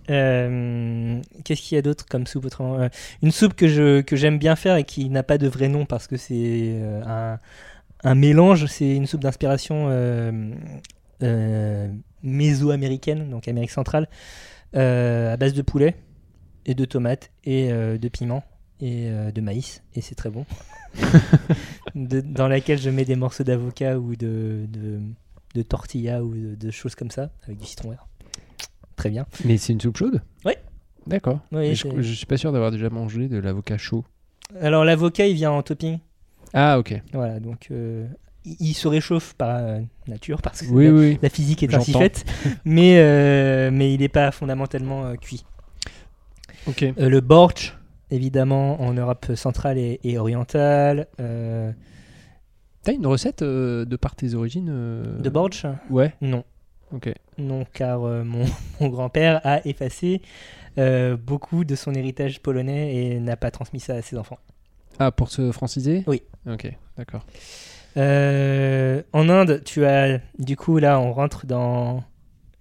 B: Euh, Qu'est-ce qu'il y a d'autre comme soupe autrement Euh, Une soupe que je- que j'aime bien faire et qui n'a pas de vrai nom parce que c'est euh, un, un mélange, c'est une soupe d'inspiration euh, euh, méso-américaine, donc Amérique centrale, euh, à base de poulet et de tomates et euh, de piment et euh, de maïs, et c'est très bon. De- dans laquelle je mets des morceaux d'avocat ou de, de, de tortilla ou de, de choses comme ça, avec du citron vert. Très bien.
A: Mais c'est une soupe chaude
B: Ouais.
A: D'accord.
B: Oui,
A: Mais
B: c'est-
A: je, je suis pas sûr d'avoir déjà mangé de l'avocat chaud.
B: Alors l'avocat, il vient en topping.
A: Ah, ok.
B: Voilà, donc euh, il, il se réchauffe par euh, nature parce que
A: Oui,
B: la,
A: oui.
B: la physique est ainsi
A: J'entends.
B: faite, mais euh, mais il n'est pas fondamentalement euh, cuit.
A: Ok.
B: Euh, le borch, évidemment, en Europe centrale et, et orientale. euh,
A: T'as une recette euh, de par tes origines euh,
B: De borch
A: Ouais,
B: Non,
A: ok.
B: non, car euh, mon, mon grand-père a effacé euh, beaucoup de son héritage polonais et n'a pas transmis ça à ses enfants.
A: Ah, pour se franciser
B: Oui.
A: Ok, d'accord.
B: Euh, en Inde, tu as du coup là, on rentre dans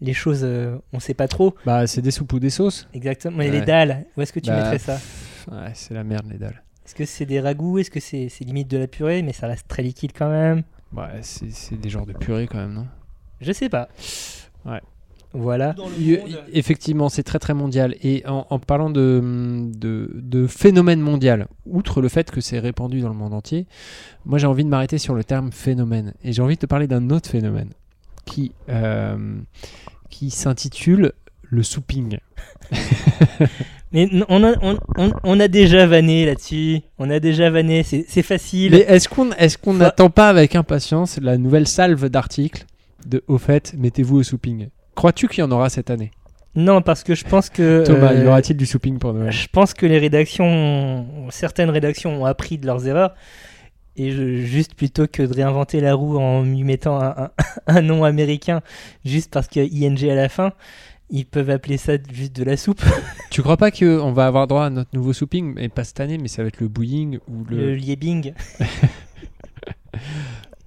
B: les choses, euh, on sait pas trop.
A: Bah, c'est des soupes ou des sauces
B: Exactement. Et
A: Ouais.
B: les dalles, où est-ce que tu
A: Bah,
B: mettrais ça
A: pff, Ouais, c'est la merde, les dalles.
B: Est-ce que c'est des ragoûts Est-ce que c'est c'est limite de la purée Mais ça reste très liquide quand même.
A: Ouais, c'est c'est des genres de purée quand même, non
B: Je sais pas.
A: Ouais.
B: Voilà.
A: Il- Effectivement, c'est très très mondial. Et en, en parlant de, de, de phénomène mondial, outre le fait que c'est répandu dans le monde entier, moi j'ai envie de m'arrêter sur le terme phénomène. Et j'ai envie de te parler d'un autre phénomène qui, euh, qui s'intitule le souping.
B: Mais n- on a, on, on- on a déjà vanné là-dessus. On a déjà vanné. C'est c'est facile.
A: Mais est-ce qu'on est-ce qu'on
B: Faut-
A: n'attend pas avec impatience la nouvelle salve d'articles de Au fait, mettez-vous au souping Crois-tu qu'il y en aura cette année
B: Non, parce que je pense que.
A: Thomas,
B: euh,
A: y aura-t-il du souping pour Noël
B: Je pense que les rédactions, ont- certaines rédactions ont appris de leurs erreurs. Et je- juste plutôt que de réinventer la roue en lui mettant un, un- un nom américain juste parce qu'il y a ING à la fin, ils peuvent appeler ça juste de la soupe.
A: Tu crois pas qu'on va avoir droit à notre nouveau souping, mais pas cette année, mais ça va être le bouilling ou le,
B: Le liebing.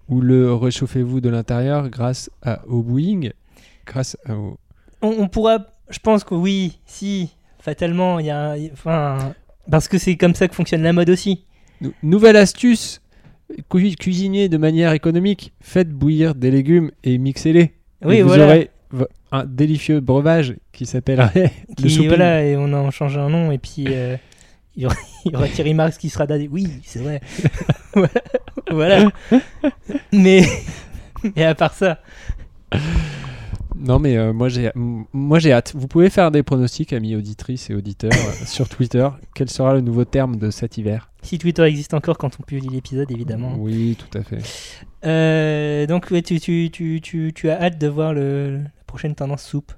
A: ou le réchauffez-vous de l'intérieur grâce à, au bouilling Grâce à- au-
B: On, on pourra. Je pense que oui, si, fatalement, il y a. Enfin. Parce que c'est comme ça que fonctionne la mode aussi.
A: Nou- Nouvelle astuce cu- cuisiner de manière économique, faites bouillir des légumes et mixez-les.
B: Oui,
A: Et vous
B: voilà.
A: aurez v- un délicieux breuvage qui s'appellerait le
B: Qui-
A: souping.
B: voilà, et on en change un nom, et puis euh, il, y aura, il y aura Thierry Marx qui sera dadé. Oui, c'est vrai. voilà. Voilà. Mais, mais à part ça,
A: Non, mais euh, moi j'ai m- moi j'ai hâte. Vous pouvez faire des pronostics, amis auditrices et auditeurs, euh, sur Twitter. Quel sera le nouveau terme de cet hiver
B: si Twitter existe encore quand on publie l'épisode, évidemment.
A: Oui, tout à fait.
B: Euh, donc, ouais, tu, tu, tu, tu, tu as hâte de voir le, la prochaine tendance soupe.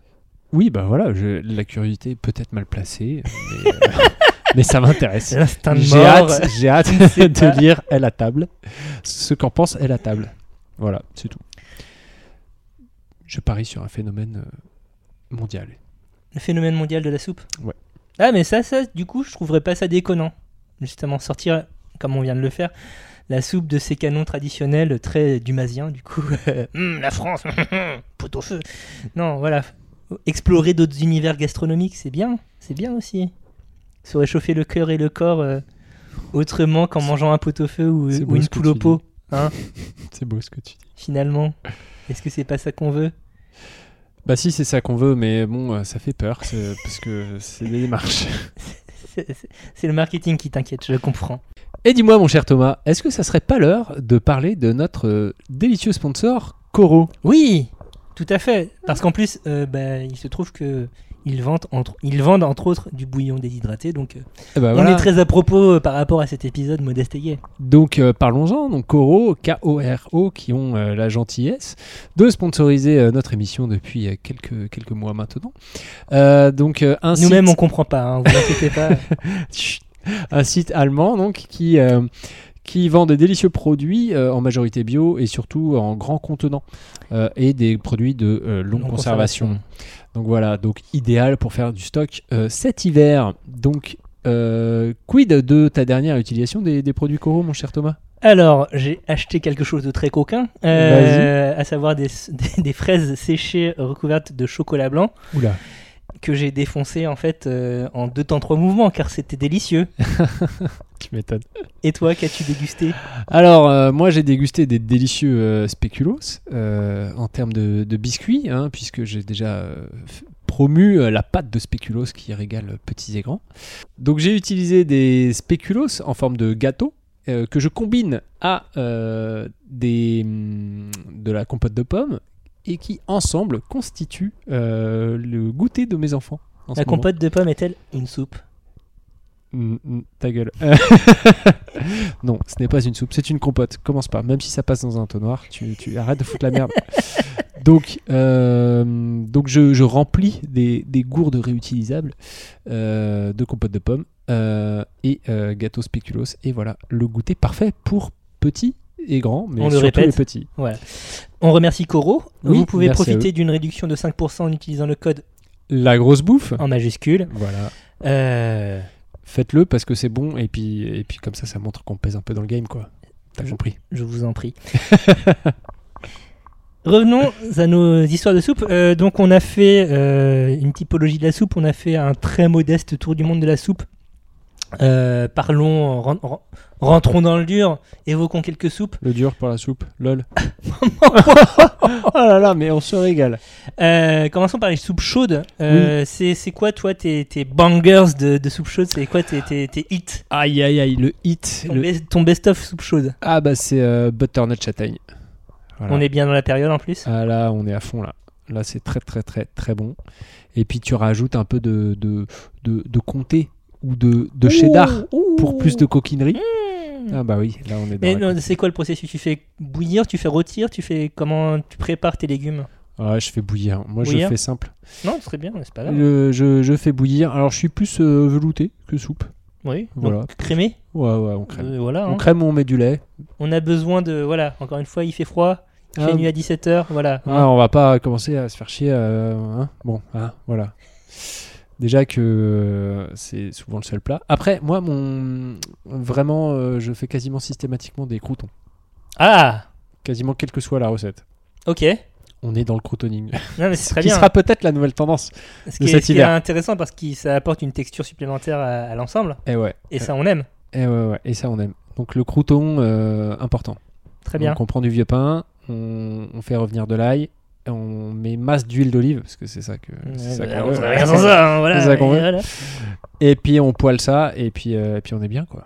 A: Oui, bah voilà, je- la curiosité est peut-être mal placée, mais, euh, mais ça m'intéresse.
B: L'instinct de
A: J'ai
B: mort.
A: hâte, j'ai hâte
B: sais pas.
A: de lire Elle à table, ce qu'en pense Elle à table. Voilà, c'est tout. Je parie sur un phénomène euh, mondial.
B: Le phénomène mondial de la soupe.
A: Ouais.
B: Ah, mais ça, ça, du coup, je trouverais pas ça déconnant. Justement, sortir, comme on vient de le faire, la soupe de ces canons traditionnels très dumasiens, du coup. euh, Hum, la France, pot au feu. Non, voilà. Explorer d'autres univers gastronomiques, c'est bien. C'est bien aussi. Se réchauffer le cœur et le corps euh, autrement qu'en mangeant un pot au feu ou,
A: C'est
B: ou
A: beau
B: une
A: ce que
B: poule au
A: tu
B: pot,
A: C'est beau ce que tu dis.
B: finalement. Est-ce que c'est pas ça qu'on veut
A: Bah si, c'est ça qu'on veut, mais bon, euh, ça fait peur, c'est- parce que c'est des démarches.
B: C'est- c'est- C'est le marketing qui t'inquiète, je comprends.
A: Et dis-moi, mon cher Thomas, est-ce que ça serait pas l'heure de parler de notre euh, délicieux sponsor, Coro
B: Oui, tout à fait. Parce qu'en plus, euh, bah, il se trouve que ils vendent entre, ils vendent entre autres du bouillon déshydraté, donc euh,
A: Eh ben,
B: on
A: voilà.
B: est très à propos euh, par rapport à cet épisode modeste et gay.
A: Donc euh, parlons-en, donc Coro, K-O-R-O, qui ont euh, la gentillesse de sponsoriser euh, notre émission depuis euh, quelques, quelques mois maintenant. Euh, donc euh, un
B: Nous-mêmes, on
A: site,
B: comprend pas. hein, vous inquiétez pas.
A: Chut. un site allemand donc qui euh, qui vend des délicieux produits euh, en majorité bio et surtout en grand contenant euh, et des produits de euh, longue
B: Longue
A: conservation. Donc voilà, donc idéal pour faire du stock euh, cet hiver. Donc euh, quid de ta dernière utilisation des, des produits Coro, mon cher Thomas
B: Alors, j'ai acheté quelque chose de très coquin, euh, à savoir des, des- des fraises séchées recouvertes de chocolat blanc
A: Oula.
B: que j'ai défoncé en fait euh, en deux temps trois mouvements car c'était délicieux.
A: Tu m'étonnes.
B: Et toi, qu'as-tu dégusté
A: Alors, euh, moi, j'ai dégusté des délicieux euh, spéculoos euh, en termes de, de biscuits, hein, puisque j'ai déjà euh, f- promu euh, la pâte de spéculoos qui régale euh, petits et grands. Donc, j'ai utilisé des spéculoos en forme de gâteau euh, que je combine à euh, des, hum, de la compote de pommes et qui, ensemble, constituent euh, le goûter de mes enfants. en
B: La
A: ce moment.
B: compote de pommes est-elle une soupe
A: Mm, mm, ta gueule. non, ce n'est pas une soupe, c'est une compote. Commence pas, même si ça passe dans un tonnoir, tu, tu arrêtes de foutre la merde. Donc, euh, donc je, je remplis des, des gourdes réutilisables euh, de compote de pommes euh, et euh, gâteau spéculoos. Et voilà, le goûter parfait pour petits et grands, mais
B: On le
A: surtout
B: répète.
A: les petits.
B: On remercie Coro.
A: Oui,
B: Vous pouvez
A: merci à
B: profiter d'une réduction de 5% en utilisant le code
A: La grosse bouffe,
B: en majuscule.
A: voilà,
B: Euh,
A: faites-le parce que c'est bon et puis, et puis comme ça, ça montre qu'on pèse un peu dans le game, quoi. T'as
B: Je-
A: compris
B: je vous en prie. Revenons à nos histoires de soupe. Euh, donc, on a fait euh, une typologie de la soupe. On a fait un très modeste tour du monde de la soupe Euh, parlons, ren- ren- rentrons dans le dur, évoquons quelques soupes.
A: Le dur pour la soupe, lol. oh là là, mais on se régale.
B: Euh, commençons par les soupes chaudes. Euh, c'est, c'est quoi, toi, tes, tes bangers de, de soupes chaudes C'est quoi tes, tes, tes hits
A: Aïe aïe aïe, le hit.
B: ton,
A: le-
B: best, ton best-of soupe chaude.
A: Ah bah c'est euh, butternut châtaigne. Voilà.
B: On est bien dans la période en plus.
A: Ah là, on est à fond là. Là, c'est très très très très bon. Et puis tu rajoutes un peu de de, de, de comté ou de, de cheddar pour plus de coquinerie. Ah bah oui, là on est dans
B: Mmh. Hmm. Mais
A: la-
B: non, c'est quoi le processus Tu fais bouillir, tu fais rôtir, tu fais comment tu prépares tes légumes
A: Ouais, Ah, je fais bouillir. Moi,
B: Bouillir. Ah.
A: je fais simple.
B: Non, c'est très bien, c'est pas grave.
A: Le- je, je fais bouillir. Alors, je suis plus euh, velouté que soupe.
B: Oui,
A: Voilà.
B: donc crémé.
A: Ouais, ouais, on crème.
B: euh, voilà, hein.
A: On crème ou on met du lait.
B: on a besoin de voilà. Encore une fois, il fait froid, il
A: Ah,
B: fait nuit à 17h, voilà.
A: Ouais, Ah, on va pas commencer à se faire chier. euh, hein. Bon, hein, voilà. Déjà que euh, c'est souvent le seul plat. Après, moi, mon vraiment, euh, je fais quasiment systématiquement des croutons.
B: Ah,
A: Quasiment quelle que soit la recette.
B: OK. Non
A: On est dans le croutoning.
B: mais c'est très
A: Qui
B: bien.
A: sera peut-être la nouvelle tendance.
B: ce
A: de
B: qui, est,
A: cet
B: ce qui est
A: hiver.
B: intéressant parce que ça apporte une texture supplémentaire à, à l'ensemble
A: Et Eh ouais.
B: et ça on aime.
A: Et ouais, ouais. Et ça, on aime. Donc le crouton, euh, important.
B: Très bien.
A: Donc on prend du vieux pain, on, on fait revenir de l'ail, et on met masse d'huile d'olive parce que c'est ça que. c'est ça
B: Ouais,
A: qu'on
B: Euh, bah, on
A: veut.
B: serait rien sans ça, hein, voilà.
A: C'est ça qu'on
B: et
A: veut.
B: voilà.
A: Et puis on poêle ça et puis euh, et puis on est bien quoi.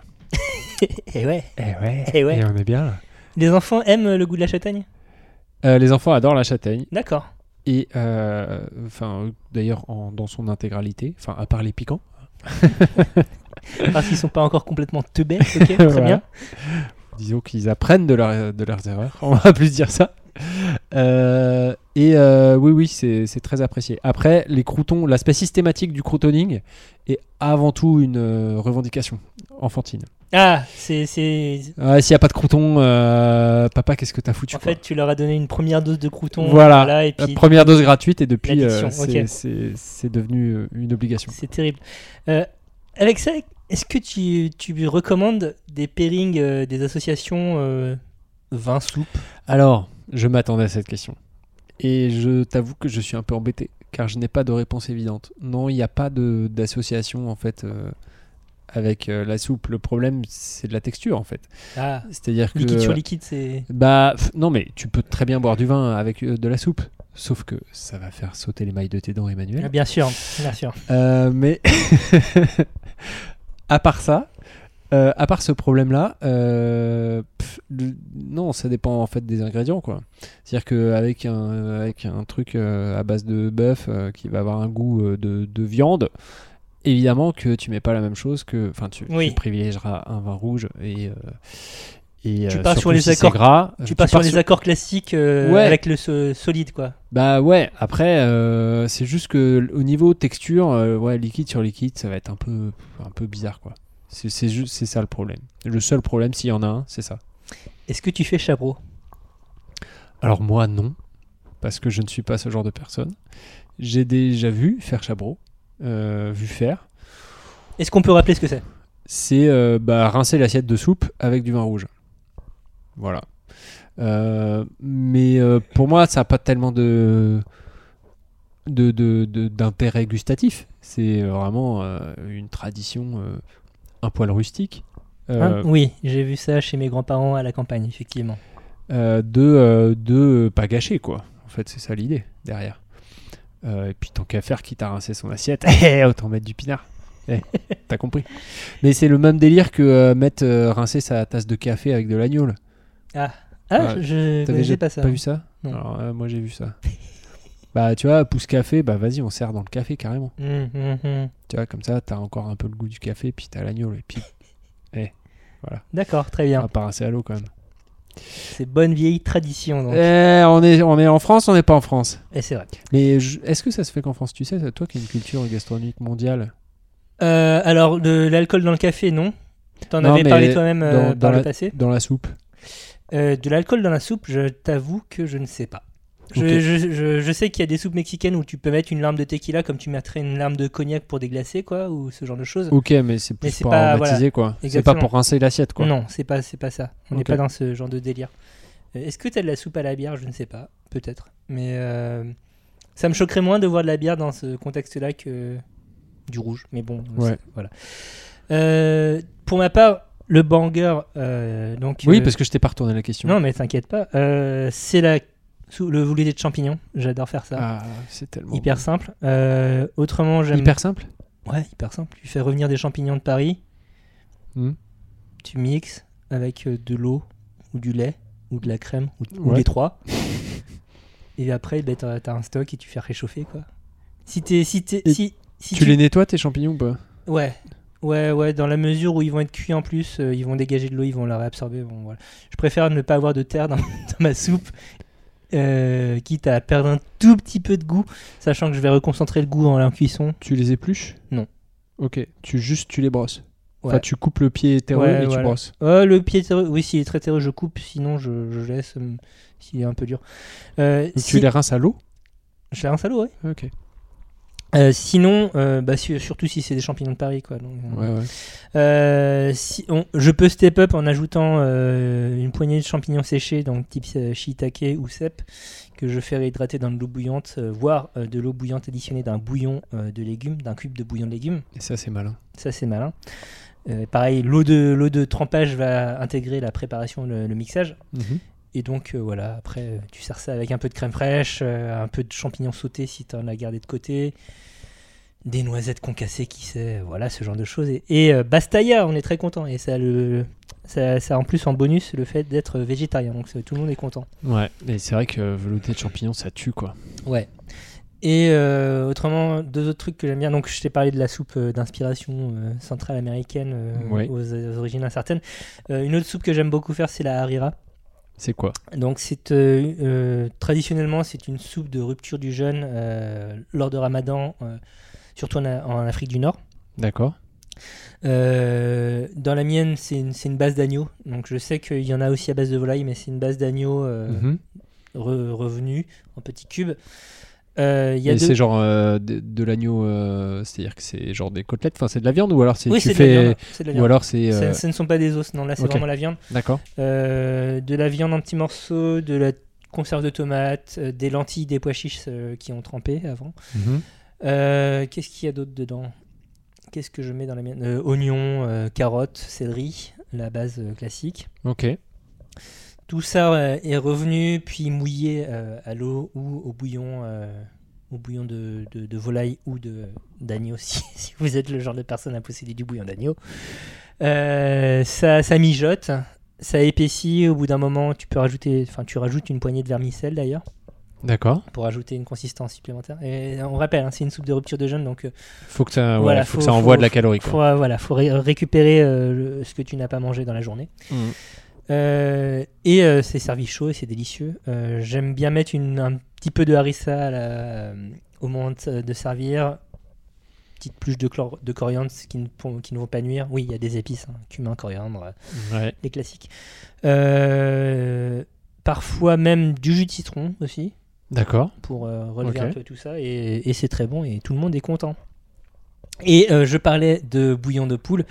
B: Et ouais.
A: Et ouais.
B: Eh ouais.
A: Et on est bien.
B: Les enfants aiment le goût de la châtaigne
A: Euh, les enfants adorent la châtaigne
B: D'accord.
A: et euh, enfin euh, d'ailleurs en- dans son intégralité, enfin à part les piquants.
B: Parce qu'ils sont pas encore complètement teubés, ok, très
A: Voilà.
B: bien.
A: Disons qu'ils apprennent de, leur- de leurs erreurs, on va plus dire ça. Euh, et euh, oui, oui, c'est c'est très apprécié. Après, les croutons, l'aspect systématique du croutoning est avant tout une euh, revendication enfantine.
B: Ah, c'est, c'est...
A: Ah, S'il n'y a pas de croutons, euh, papa, qu'est-ce que t'as foutu
B: En
A: quoi
B: fait, tu leur as donné une première dose de crouton.
A: Voilà.
B: et
A: La
B: puis
A: première dose gratuite et depuis,
B: L'addiction,
A: euh, c'est
B: ok.
A: c'est- c'est devenu euh, une obligation.
B: c'est terrible. Euh, avec ça, est-ce que tu, tu lui recommandes des pairings, euh, des associations euh, vin soupe
A: Alors, je m'attendais à cette question. Et je t'avoue que je suis un peu embêté, car je n'ai pas de réponse évidente. Non, il n'y a pas de- d'association, en fait, euh, avec euh, la soupe. Le problème, c'est de la texture, en fait.
B: Ah,
A: C'est-à-dire que...
B: liquide sur liquide, c'est
A: Bah, pff, non, mais tu peux très bien boire du vin avec euh, de la soupe. Sauf que ça va faire sauter les mailles de tes dents, Emmanuel.
B: Ah, bien sûr, bien sûr.
A: Euh, mais à part ça, euh, à part ce problème-là, euh, pff, le- non, ça dépend en fait des ingrédients, quoi. C'est-à-dire qu'avec un, avec un truc euh, à base de bœuf euh, qui va avoir un goût euh, de, de viande, évidemment que tu mets pas la même chose que, enfin, tu, tu
B: Oui.
A: privilégieras un vin rouge et euh, et
B: Tu
A: euh,
B: pars sur
A: surtout
B: les
A: si c'est
B: accords-
A: gras, euh,
B: Tu pars sur les
A: sur-
B: accords classiques euh,
A: Ouais.
B: avec le so- solide, quoi.
A: bah ouais, après, euh, c'est juste que l- au niveau texture, euh, ouais, liquide sur liquide, ça va être un peu, un peu bizarre quoi. C'est c'est ju- c'est ça le problème. Le seul problème, s'il y en a un, c'est ça.
B: Est-ce que tu fais chabro
A: Alors moi, non, parce que je ne suis pas ce genre de personne. J'ai déjà vu faire chabro, euh, vu faire.
B: Est-ce qu'on peut rappeler ce que c'est
A: C'est euh, bah, rincer l'assiette de soupe avec du vin rouge. Voilà. Euh, mais euh, pour moi, ça n'a pas tellement de de- de- de- d'intérêt gustatif. C'est vraiment euh, une tradition euh, un poil rustique
B: Hein
A: euh,
B: Oui, j'ai vu ça chez mes grands-parents à la campagne, effectivement.
A: euh, de euh, de euh, pas gâcher quoi. En fait, c'est ça l'idée derrière. Euh, et puis tant qu'à faire, quitte à rincer son assiette, eh, autant mettre du pinard. Eh, T'as compris. Mais c'est le même délire que euh, mettre euh, rincer sa tasse de café avec de l'agneau. là.
B: Ah,
A: Ouais,
B: je
A: T'avais
B: connaissais
A: j'ai
B: pas ça.
A: vu ça
B: Non.
A: Alors, euh, moi, j'ai vu ça. bah, tu vois, pousse café, bah vas-y, on sert dans le café carrément.
B: Hum, hum, hum.
A: Tu vois, comme ça, t'as encore un peu le goût du café, puis t'as l'agneau, et puis
B: D'accord, très
A: on
B: bien.
A: va pas rincer à l'eau quand même.
B: C'est bonne vieille tradition. donc.
A: Eh, on est, on est en France, on n'est pas en France.
B: Et c'est vrai.
A: Mais je- est-ce que ça se fait qu'en France Tu sais, toi qui as une culture gastronomique mondiale.
B: Euh, alors, de l'alcool dans le café, non T'en
A: Non,
B: avais
A: mais
B: parlé toi-même euh,
A: dans-
B: par
A: dans
B: le
A: la-
B: passé.
A: Dans la soupe.
B: Euh, de l'alcool dans la soupe, je t'avoue que je ne sais pas. Je,
A: Ok.
B: je- je- je sais qu'il y a des soupes mexicaines où tu peux mettre une larme de tequila comme tu mettrais une larme de cognac pour déglacer, quoi, ou ce genre de choses.
A: Ok, mais c'est plus
B: c'est
A: pour
B: pas-
A: aromatiser quoi. C'est pas
B: Exactement.
A: pour rincer l'assiette quoi.
B: Non, c'est pas, c'est pas ça. On n'est
A: Ok.
B: pas dans ce genre de délire. Euh, Est-ce que t'as de la soupe à la bière Je ne sais pas, peut-être. Mais euh, ça me choquerait moins de voir de la bière dans ce contexte-là que du rouge. Mais bon,
A: Ouais.
B: c'est- voilà. Euh, pour ma part, le banger, euh, donc.
A: Oui,
B: euh,
A: parce que je t'ai pas retourné la question.
B: Non, mais t'inquiète pas. Euh, c'est la sous- le voulez de champignons. J'adore faire ça.
A: Ah, c'est tellement
B: hyper simple. Euh, autrement,
A: bon.
B: j'aime.
A: hyper simple.
B: Ouais, hyper simple. Tu fais revenir des champignons de Paris.
A: Hmm.
B: Tu mixes avec euh, de l'eau ou du lait ou de la crème ou, ou
A: Ouais.
B: les trois. et après, ben, t'as t'as un stock et tu fais réchauffer quoi. Si t'es si t'es
A: Et
B: si, si
A: tu les nettoies tes champignons ou pas
B: Ouais. Ouais, ouais, dans la mesure où ils vont être cuits en plus, euh, ils vont dégager de l'eau, ils vont la réabsorber. Bon, voilà. Je préfère ne pas avoir de terre dans, dans ma soupe, euh, quitte à perdre un tout petit peu de goût, sachant que je vais reconcentrer le goût dans la cuisson.
A: Tu les épluches
B: Non.
A: Ok, tu juste tu les brosses.
B: Ouais.
A: Enfin, tu coupes le pied terreux
B: Ouais,
A: et tu
B: voilà.
A: brosses.
B: Euh, le pied terreux, oui, s'il est très terreux, je coupe, sinon je, je laisse, euh, s'il est un peu dur. Euh,
A: Donc,
B: si-
A: Tu les rinces à l'eau
B: Je l'ai un salaud, ouais.
A: Ok.
B: Euh, sinon, euh, bah, si- surtout si c'est des champignons de Paris, quoi. donc, euh,
A: Ouais, ouais.
B: Euh, si on- je peux step up en ajoutant euh, une poignée de champignons séchés, donc type euh, shiitake ou cèpe, que je fais réhydrater dans de l'eau bouillante, euh, voire euh, de l'eau bouillante additionnée d'un bouillon euh, de légumes, d'un cube de bouillon de légumes.
A: Et ça, c'est malin.
B: Ça, c'est malin. Euh, pareil, l'eau de, l'eau de trempage va intégrer la préparation, le, le mixage. Et donc, euh, voilà, après, euh, tu sers ça avec un peu de crème fraîche, euh, un peu de champignons sautés si tu en as gardé de côté, des noisettes concassées, qui sait, voilà, ce genre de choses. Et, et, euh, Bastaya, on est très content. Et ça, le, ça, ça a en plus en bonus le fait d'être végétarien. Donc, ça, tout le monde est content.
A: Ouais, et c'est vrai que velouté de champignons, ça tue quoi.
B: Ouais. Et euh, autrement, deux autres trucs que j'aime bien. Donc, je t'ai parlé de la soupe euh, d'inspiration euh, centrale américaine euh,
A: Ouais.
B: aux, aux origines incertaines. Euh, une autre soupe que j'aime beaucoup faire, c'est la harira.
A: C'est quoi
B: Donc c'est euh, euh, traditionnellement c'est une soupe de rupture du jeûne euh, lors de Ramadan, euh, surtout en, A- en Afrique du Nord.
A: D'accord.
B: Euh, dans la mienne c'est une, c'est une base d'agneau, donc je sais qu'il y en a aussi à base de volaille, mais c'est une base d'agneau euh,
A: Mhm.
B: re- revenue en petits cubes. Euh, il y a
A: Et
B: deux-
A: c'est genre euh, de, de l'agneau, euh, c'est-à-dire que c'est genre des côtelettes, enfin c'est de la viande ou alors c'est
B: Oui,
A: tu
B: c'est de la
A: fais.
B: viande, c'est de la
A: ou
B: viande.
A: alors c'est.
B: Ça-
A: euh,
B: Ce ne sont pas des os, non là c'est
A: ok.
B: vraiment la viande.
A: D'accord.
B: Euh, de la viande en petits morceaux, de la conserve de tomates, euh, des lentilles, des pois chiches euh, qui ont trempé avant.
A: Mhm.
B: Euh, qu'est-ce qu'il y a d'autre dedans Qu'est-ce que je mets dans la mienne Euh, Oignons, euh, carottes, céleri, la base euh, classique.
A: Ok.
B: Tout ça euh, est revenu puis mouillé euh, à l'eau ou au bouillon, euh, au bouillon de, de- de volaille ou de d'agneau si, si vous êtes le genre de personne à posséder du bouillon d'agneau. Euh, ça, ça mijote, ça épaissit. Au bout d'un moment, tu peux rajouter, enfin tu rajoutes une poignée de vermicelle d'ailleurs
A: D'accord.
B: pour ajouter une consistance supplémentaire. Et on rappelle, hein, c'est une soupe de rupture de jeûne, donc euh,
A: Faut que ça, ouais,
B: Voilà,
A: faut
B: faut-
A: que ça envoie
B: faut-
A: de la calorie quoi.
B: faut, euh, voilà, faut ré- récupérer euh, le- ce que tu n'as pas mangé dans la journée.
A: Mhm.
B: Euh, et euh, c'est servi chaud et c'est délicieux. Euh, J'aime bien mettre une, un petit peu de harissa à la- euh, au moment de de servir. Petite pluche de, chlor- de coriandre ce qui ne, pour- qui ne vont pas nuire. Oui, il y a des épices, hein, cumin, coriandre, euh,
A: Ouais.
B: les classiques. Euh, parfois même du jus de citron aussi
A: D'accord.
B: pour euh, relever
A: Ok.
B: un peu tout ça et, et c'est très bon et tout le monde est content. Et euh, je parlais de bouillon de poule.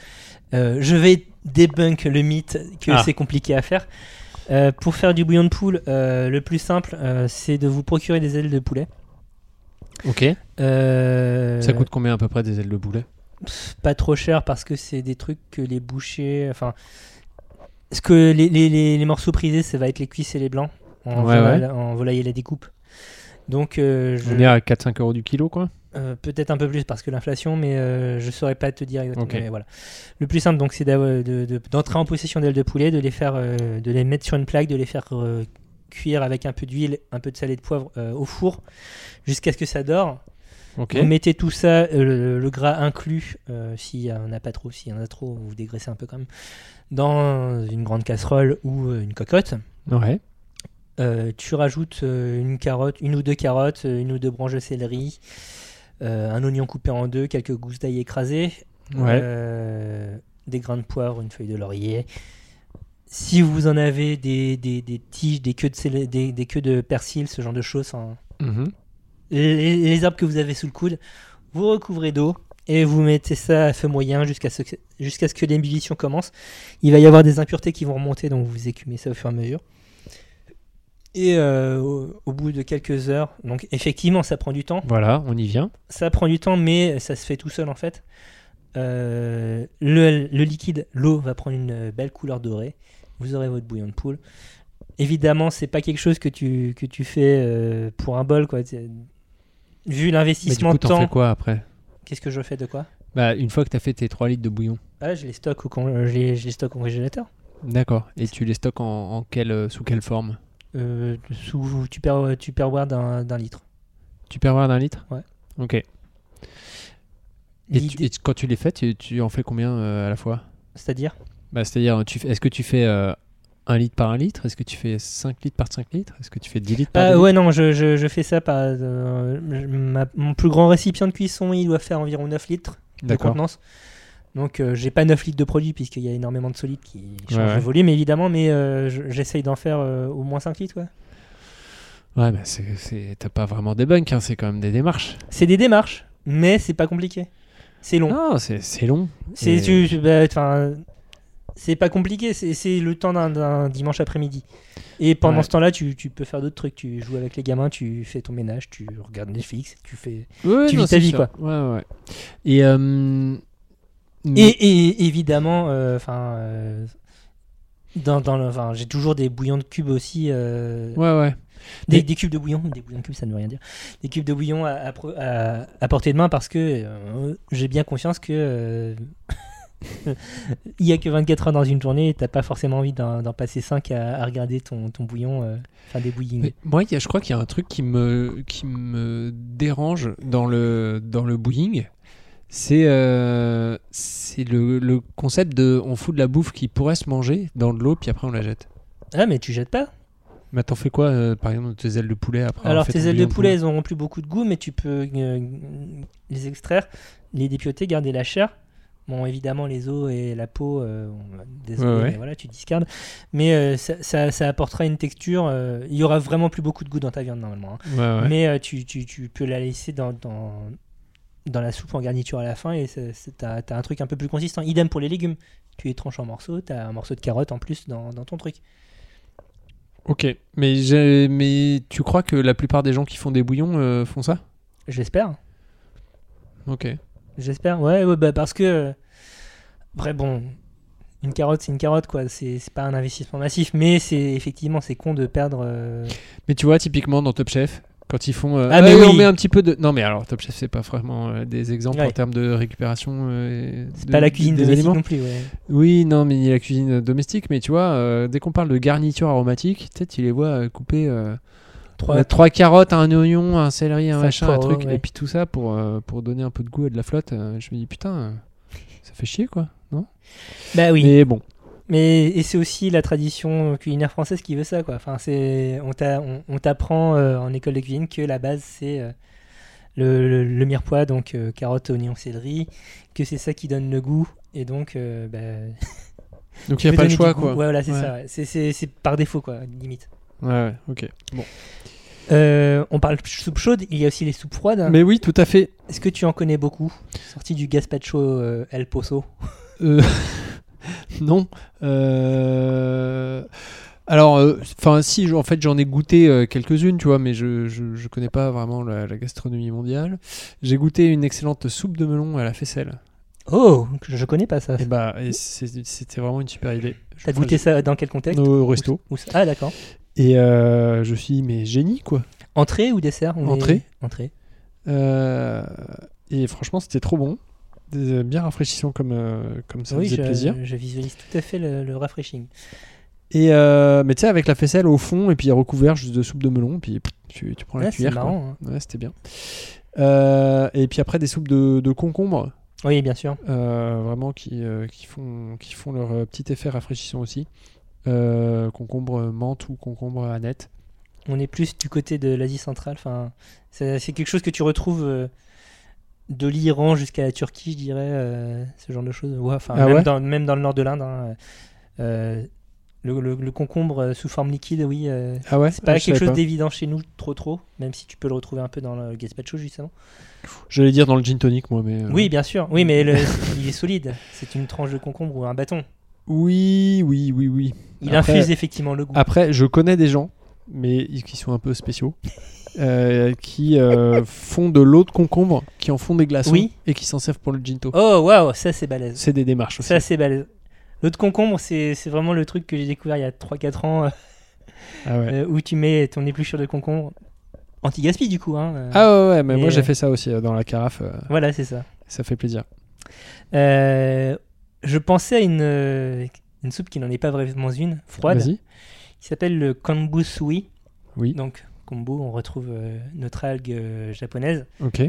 B: Euh, je vais débunk le mythe que
A: Ah.
B: c'est compliqué à faire. Euh, pour faire du bouillon de poule, euh, le plus simple, euh, c'est de vous procurer des ailes de poulet.
A: Ok.
B: Euh,
A: Ça coûte combien à peu près des ailes de boulet
B: pff, pas trop cher parce que c'est des trucs que les bouchers. Enfin, ce que les, les- les- les morceaux prisés, ça va être les cuisses et les blancs en,
A: Ouais,
B: volaille, en volaille et la découpe. Donc, euh, je...
A: On est à 4-5 euros du kilo quoi.
B: Euh, peut-être un peu plus parce que l'inflation, mais euh, je saurais pas te dire. exactement,
A: Ok.
B: mais voilà. Le plus simple, donc, c'est d'avoir- de- de- d'entrer en possession d'ailes de poulet, de les faire, euh, de les mettre sur une plaque, de les faire euh, cuire avec un peu d'huile, un peu de sel et de poivre euh, au four, jusqu'à ce que ça dore.
A: Ok.
B: Vous mettez tout ça, euh, le, le gras inclus, euh, s'il y en a pas trop, s'il y en a trop, vous dégraissez un peu quand même, dans une grande casserole ou euh, une cocotte.
A: Ouais.
B: Euh, tu rajoutes euh, une carotte, une ou deux carottes, euh, une ou deux branches de céleri, euh, un oignon coupé en deux, quelques gousses d'ail écrasées,
A: Ouais.
B: euh, des grains de poivre, une feuille de laurier. Si vous en avez des, des- des tiges, des queues, de célé- des, des queues de persil, ce genre de choses, hein.
A: Mhm.
B: les, les herbes que vous avez sous le coude, vous recouvrez d'eau et vous mettez ça à feu moyen jusqu'à ce, que- jusqu'à ce que l'ébullition commence. Il va y avoir des impuretés qui vont remonter, donc vous écumez ça au fur et à mesure. Et euh, au, au bout de quelques heures, donc effectivement ça prend du temps,
A: Voilà, on y vient.
B: ça prend du temps mais ça se fait tout seul en fait. Euh, le, le liquide, l'eau va prendre une belle couleur dorée. Vous aurez votre bouillon de poule. Évidemment, c'est pas quelque chose que tu, que tu fais euh, pour un bol. Quoi. C'est-
A: Mais
B: Vu
A: du
B: l'investissement
A: coup,
B: de
A: t'en fais
B: temps,
A: quoi après
B: qu'est-ce que je fais de quoi
A: Bah, une fois que t'as fait tes 3 litres de bouillon.
B: ah, je, les stocke au con- euh, je, les, je les stocke au congélateur.
A: D'accord. Et tu les stocks en, en quelle, euh, sous quelle forme
B: Euh, sous tupper- Tupperware d'un d'un litre.
A: Tu peux avoir d'un litre
B: Ouais.
A: Ok. Et, tu-
B: L'idée-
A: et tu- quand tu les fais, tu, tu en fais combien euh, à la fois
B: C'est-à-dire
A: bah, C'est-à-dire, tu fais- est-ce que tu fais 1 litre par 1 litre Est-ce que tu fais 5 litres par 5 litres Est-ce que tu fais 10 litres par 10
B: Ah,
A: litres
B: Ouais, non, je, je, je fais ça par. euh, je- ma- mon plus grand récipient de cuisson, il doit faire environ 9 litres. de
A: D'accord.
B: contenance. Donc euh, j'ai pas 9 litres de produit puisqu'il y a énormément de solides qui changent
A: Ouais, ouais.
B: de volume évidemment, mais euh, je- j'essaye d'en faire euh, au moins 5 litres. ouais.
A: Ouais, mais c'est- c'est- t'as pas vraiment des bunks, hein, c'est quand même des démarches.
B: C'est des démarches, mais c'est pas compliqué. C'est long.
A: Non, c'est c'est long.
B: C'est
A: et-
B: tu- tu- bah, enfin, c'est pas compliqué, c'est- c'est le temps d'un- d'un dimanche après-midi. Et pendant
A: Ouais.
B: ce temps-là, tu, tu peux faire d'autres trucs. Tu joues avec les gamins, tu fais ton ménage, tu regardes Netflix, tu fais.
A: Ouais,
B: tu
A: non,
B: vis ta
A: c'est
B: vie,
A: sûr. Ouais, ouais. Et. euh,
B: Et, et évidemment, euh, enfin, euh, dans, dans le- enfin, j'ai toujours des bouillons de cubes aussi. euh,
A: Ouais, ouais.
B: Des,
A: Mais-
B: des cubes de bouillon, des bouillons de cubes, ça ne veut rien dire. Des cubes de bouillon à, à pro- à- à portée de main parce que euh, j'ai bien conscience que euh, il n'y a que 24 heures dans une journée et t'as pas forcément envie d'en d'en passer 5 à, à regarder ton, ton bouillon, euh, enfin des bouillings.
A: Mais moi, il y a- je crois qu'il y a un truc qui me, qui me dérange dans le, dans le bouilling. C'est euh, c'est le, le concept de on fout de la bouffe qui pourrait se manger dans de l'eau, puis après on la jette.
B: Ah mais tu jettes pas
A: Mais t'en fais quoi, euh, par exemple, de tes ailes de poulet après avoir
B: Alors
A: fait
B: tes
A: ton
B: ailes de
A: bouillon
B: poulet, elles n'auront plus beaucoup de goût, mais tu peux euh, les extraire, les dépioter, garder la chair. Bon, évidemment, les os et la peau, euh, on va- désolé,
A: Ouais, ouais.
B: mais voilà, tu discardes. Mais euh, ça, ça- ça apportera une texture. euh, Il y aura vraiment plus beaucoup de goût dans ta viande normalement. hein.
A: Ouais, ouais.
B: Mais euh, tu, tu- tu peux la laisser dans, dans, dans la soupe en garniture à la fin et ça- ça- t'as t'as un truc un peu plus consistant. Idem pour les légumes. Tu les tranches en morceaux, t'as un morceau de carotte en plus dans, dans ton truc.
A: Ok, mais, j'ai- mais tu crois que la plupart des gens qui font des bouillons euh, font ça
B: J'espère. hein.
A: Ok.
B: J'espère, ouais, ouais, bah parce que. euh, Vrai, bon, une carotte, c'est une carotte, quoi. C'est c'est pas un investissement massif, mais c'est effectivement, c'est con de perdre. euh,
A: Mais tu vois, typiquement dans Top Chef, quand ils font. euh,
B: Ah, mais
A: oui, on
B: oui.
A: met un petit peu de. Non, mais alors Top Chef, c'est pas vraiment euh, des exemples en
B: Ouais.
A: termes de récupération. euh,
B: C'est
A: de-
B: pas la cuisine
A: des
B: domestique
A: aliments.
B: non plus, ouais.
A: Oui, non, mais il y a la cuisine domestique, mais tu vois, euh, dès qu'on parle de garniture aromatique, tu sais, tu les vois euh, couper euh,
B: Trois-
A: euh, trois carottes, un oignon, un céleri, un
B: Cinq
A: machin, un
B: poireaux,
A: truc,
B: ouais.
A: et puis tout ça pour, euh, pour donner un peu de goût et de la flotte. euh, je me dis, putain, euh, ça fait chier, quoi, non
B: Bah oui.
A: Mais bon,
B: Mais et c'est aussi la tradition culinaire française qui veut ça, quoi. Enfin, c'est on t'a- on- on t'apprend euh, en école de cuisine que la base c'est euh, le, le, le mirepoix, donc euh, carottes, oignons, céleri, que c'est ça qui donne le goût. Et donc, euh, bah,
A: donc il n'y a
B: veut
A: pas le
B: donner
A: choix,
B: du goût.
A: quoi.
B: Ouais, voilà, c'est
A: Ouais.
B: ça. ouais. C'est- C'est c'est par défaut, quoi, limite.
A: Ouais, ouais, ok. Bon.
B: Euh, on parle de soupe chaude, il y a aussi les soupes froides.
A: Mais oui, tout à fait.
B: Est-ce que tu en connais beaucoup Sorti du gazpacho euh, El Pozo.
A: Euh, non. Euh, Alors, euh, enfin, si, je- en fait, j'en ai goûté euh, quelques-unes, tu vois, mais je, je, je connais pas vraiment la, la gastronomie mondiale. J'ai goûté une excellente soupe de melon à la faisselle.
B: Oh, je je connais pas ça.
A: Et bah, et c'est- c'était vraiment une super idée. Je-
B: T'as
A: enfin,
B: goûté ça dans quel contexte
A: j'ai- au
B: Où-
A: resto.
B: où- Ah, d'accord.
A: Et euh, je suis, mais génie, quoi.
B: Entrée ou dessert On est-
A: Entrée.
B: Entrée.
A: Euh, Et franchement, c'était trop bon. Euh, Bien rafraîchissant comme, euh, comme ça
B: oui,
A: faisait
B: je,
A: plaisir.
B: je visualise tout à fait le, le rafraîching.
A: Et euh, mais tu sais, avec la faisselle au fond et puis recouvert juste de soupe de melon, puis pff, tu, tu prends la
B: Ah, c'est
A: cuillère. quoi.
B: marrant. hein.
A: Ouais, c'était bien. Euh, et puis après, des soupes de, de concombre,
B: Oui, bien sûr.
A: euh, vraiment qui, euh, qui, font, qui font leur euh, petit effet rafraîchissant aussi. Euh, concombre menthe ou concombre annette.
B: On est plus du côté de l'Asie centrale. Enfin, c'est c'est quelque chose que tu retrouves euh, de l'Iran jusqu'à la Turquie, je dirais, euh, ce genre de choses. Ouais, enfin,
A: Ah
B: même,
A: ouais
B: dans, même dans le nord de l'Inde. hein, euh, le, le- le concombre euh, sous forme liquide, oui. euh,
A: Ah ouais
B: c'est pas
A: Ah, je
B: quelque
A: savais
B: chose
A: pas.
B: d'évident chez nous, trop trop, même si tu peux le retrouver un peu dans le gazpacho, justement.
A: Ah J'allais dire dans le gin tonic, moi, mais. euh,
B: Oui, bien sûr. Oui, mais le- il est solide. C'est une tranche de concombre ou un bâton.
A: Oui, oui, oui, oui.
B: Il
A: Après- Ah.
B: infuse effectivement le goût.
A: Après, je connais des gens, mais ils- qui sont un peu spéciaux, euh, qui euh, font de l'eau de concombre, qui en font des glaçons
B: Oui.
A: et qui s'en servent pour le ginto.
B: Oh waouh, ça c'est balèze.
A: C'est des démarches aussi.
B: Ça c'est balèze. L'eau de concombre, c'est c'est vraiment le truc que j'ai découvert il y a 3-4 ans euh,
A: Ah ouais.
B: euh, où tu mets ton épluchure de concombre. Anti-gaspi du coup. Hein, euh,
A: Ah ouais, ouais, mais
B: Et,
A: moi j'ai
B: euh,
A: fait ça aussi euh, dans la carafe, euh,
B: Voilà, c'est ça.
A: ça fait plaisir.
B: Euh, je pensais à une, euh, une soupe qui n'en est pas vraiment une, froide,
A: Vas-y.
B: qui s'appelle le kombu sui.
A: Oui.
B: Donc, kombu, on retrouve euh, notre algue euh, japonaise.
A: Ok.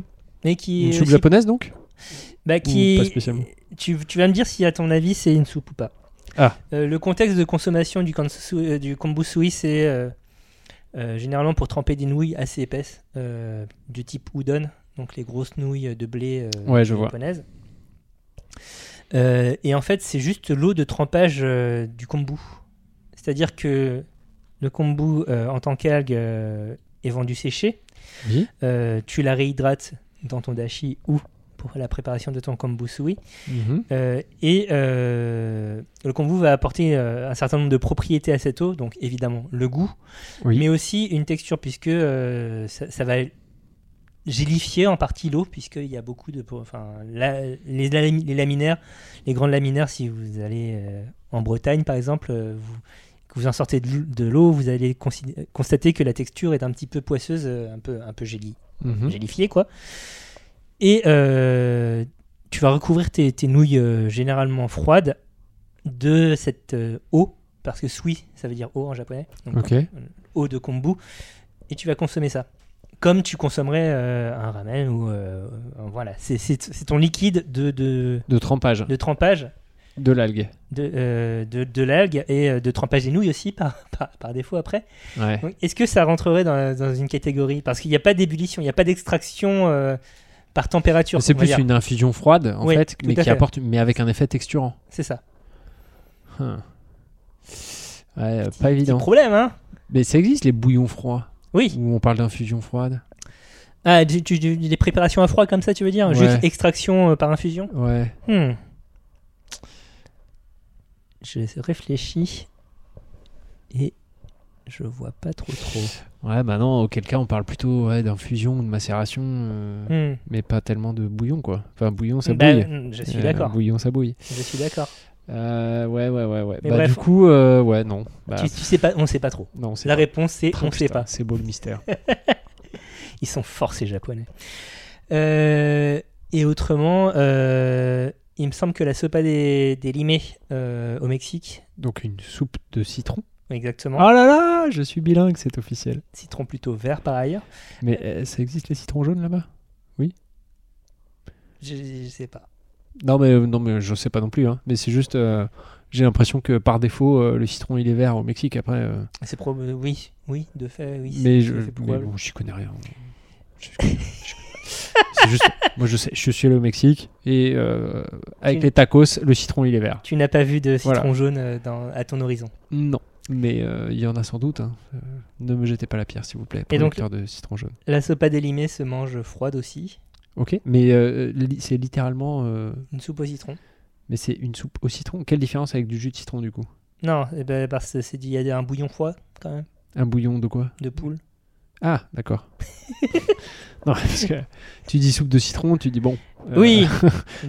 B: Mais qui
A: Une
B: est
A: soupe
B: aussi-
A: japonaise donc
B: bah, qui-
A: pas spécialement
B: Tu, tu vas me dire si, à ton avis, c'est une soupe ou pas.
A: Ah.
B: Euh, le contexte de consommation du, kansu- euh, du kombu sui, c'est euh, euh, généralement pour tremper des nouilles assez épaisses, euh, du type udon, donc les grosses nouilles de blé euh,
A: Ouais, je vois.
B: japonaises. Euh, et en fait, c'est juste l'eau de trempage euh, du kombu. C'est-à-dire que le kombu euh, en tant qu'algue euh, est vendu séché.
A: Oui.
B: Euh, tu la réhydrates dans ton dashi ou pour la préparation de ton kombusui.
A: Mhm.
B: Euh, et euh, le kombu va apporter euh, un certain nombre de propriétés à cette eau, donc évidemment le goût,
A: Oui.
B: mais aussi une texture, puisque euh, ça, ça va gélifier en partie l'eau, puisqu'il y a beaucoup de. Enfin, la- les, lami- les laminaires, les grandes laminaires, si vous allez euh, en Bretagne par exemple, euh, vous, que vous en sortez de, l'eau- de l'eau, vous allez consi- constater que la texture est un petit peu poisseuse, euh, un peu, un peu gélie
A: Mhm.
B: gélifié quoi. Et euh, tu vas recouvrir tes, tes nouilles euh, généralement froides de cette euh, eau, parce que sui, ça veut dire eau en japonais, donc
A: Ok.
B: eau de kombu, et tu vas consommer ça. Comme tu consommerais euh, un ramen ou euh, voilà, c'est- c'est c'est ton liquide de, de,
A: De trempage
B: de trempage
A: de l'algue.
B: de, euh, de, de l'algue et euh, de trempage des nouilles aussi par, par, par défaut après.
A: Ouais.
B: Donc, Est-ce que ça rentrerait dans, dans une catégorie Parce qu'il n'y a pas d'ébullition, il n'y a pas d'extraction euh, par température.
A: C'est
B: on va
A: plus
B: dire.
A: une infusion froide en
B: Oui,
A: fait,
B: tout
A: mais
B: à
A: qui
B: fait.
A: apporte, mais avec un effet texturant.
B: C'est ça.
A: Hein. Ouais, euh, pas
B: C'est
A: évident.
B: problème, hein
A: Mais ça existe les bouillons froids
B: Oui.
A: où on parle d'infusion froide.
B: Ah, tu- tu- tu- des préparations à froid comme ça, tu veux dire
A: Ouais.
B: Juste extraction euh, par infusion
A: Ouais.
B: Hmm. Je réfléchis et je vois pas trop trop.
A: Ouais, bah non, auquel cas on parle plutôt ouais, d'infusion ou de macération, euh,
B: Hmm.
A: mais pas tellement de bouillon quoi. Enfin, bouillon ça
B: Bah,
A: bouille.
B: hmm, je suis
A: Euh,
B: d'accord.
A: Bouillon ça bouille.
B: Je suis d'accord.
A: Euh, ouais, ouais, ouais, ouais.
B: Mais
A: Bah,
B: bref.
A: du coup, euh, ouais, non. Bah,
B: Tu, tu sais pas, on sait pas trop.
A: non, c'est
B: La
A: pas-
B: réponse c'est
A: Ah,
B: on sait
A: putain,
B: pas.
A: C'est beau le mystère.
B: Ils sont forts ces japonais. Euh, et autrement, euh, il me semble que la sopa des, des limés euh, au Mexique,
A: Donc une soupe de citron.
B: exactement,
A: Oh là là, je suis bilingue, c'est officiel.
B: citron plutôt vert par ailleurs,
A: Mais euh, ça existe les citrons jaunes là-bas
B: je, je sais pas.
A: Non mais euh, non mais je sais pas non plus. hein. Mais c'est juste, euh, j'ai l'impression que par défaut euh, le citron il est vert au Mexique. Après, euh,
B: C'est probable, oui, oui, de fait, oui.
A: mais
B: c'est-
A: je,
B: c'est fait
A: mais
B: probable.
A: bon, j'y connais rien. Je- je- je- c'est juste, moi je sais, je suis allé au Mexique et euh, avec
B: Tu-
A: les tacos, le citron il est vert.
B: Tu n'as pas vu de citron
A: Voilà.
B: jaune euh, dans, à ton horizon.
A: Non, mais euh, il y en a sans doute. hein. Euh, ne me jetez pas la pierre, s'il vous plaît.
B: Et donc-
A: producteur de citron jaune.
B: La sopa des limés se mange froide aussi,
A: Ok, mais euh, li- c'est littéralement. euh,
B: une soupe au citron.
A: mais c'est une soupe au citron. Quelle différence avec du jus de citron du coup
B: Non, eh ben, parce que c'est dit, il y a un bouillon froid quand même
A: Un bouillon de quoi
B: de poule.
A: Ah, d'accord. non, parce que tu dis soupe de citron, tu dis bon. euh,
B: Oui,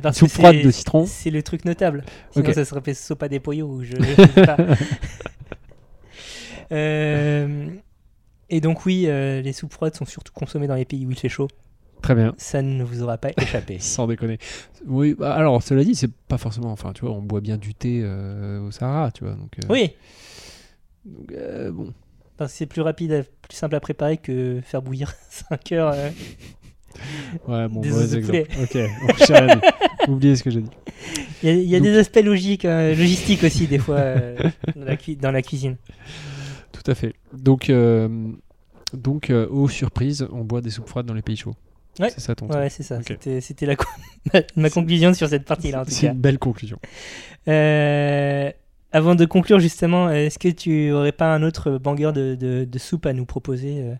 B: parce que
A: soupe froide
B: c'est-
A: de citron.
B: C'est le truc notable. Sinon,
A: Ok.
B: ça serait fait sopa des pollo ou je je sais pas. Euh, et donc, oui, euh, les soupes froides sont surtout consommées dans les pays où il fait chaud.
A: Très bien.
B: Ça ne vous aura pas échappé.
A: Sans déconner. Oui, bah, alors cela dit, c'est pas forcément. Enfin, tu vois, on boit bien du thé euh, au Sahara, tu vois. Donc, euh,
B: oui,
A: donc, euh, bon.
B: parce que c'est plus rapide, à- plus simple à préparer que faire bouillir 5 heures. euh.
A: Ouais, bon,
B: Des
A: mauvais
B: os de
A: exemple. Ok, enchaîne. Oubliez ce que j'ai dit.
B: Il y a, il y a
A: Donc-
B: des aspects logiques, euh, logistiques aussi, des fois, euh, dans, la cui- dans la cuisine.
A: Tout à fait. Donc, euh, donc euh, aux surprises, on boit des soupes froides dans les pays chauds.
B: Ouais.
A: C'est ça ton
B: Ouais, ouais, c'est ça.
A: Ok.
B: C'était- C'était la co- ma- ma conclusion sur cette partie-là, en tout
A: C'est
B: cas.
A: une belle conclusion.
B: Euh, avant de conclure, justement, est-ce que tu aurais pas un autre banger de, de- de soupe à nous proposer euh,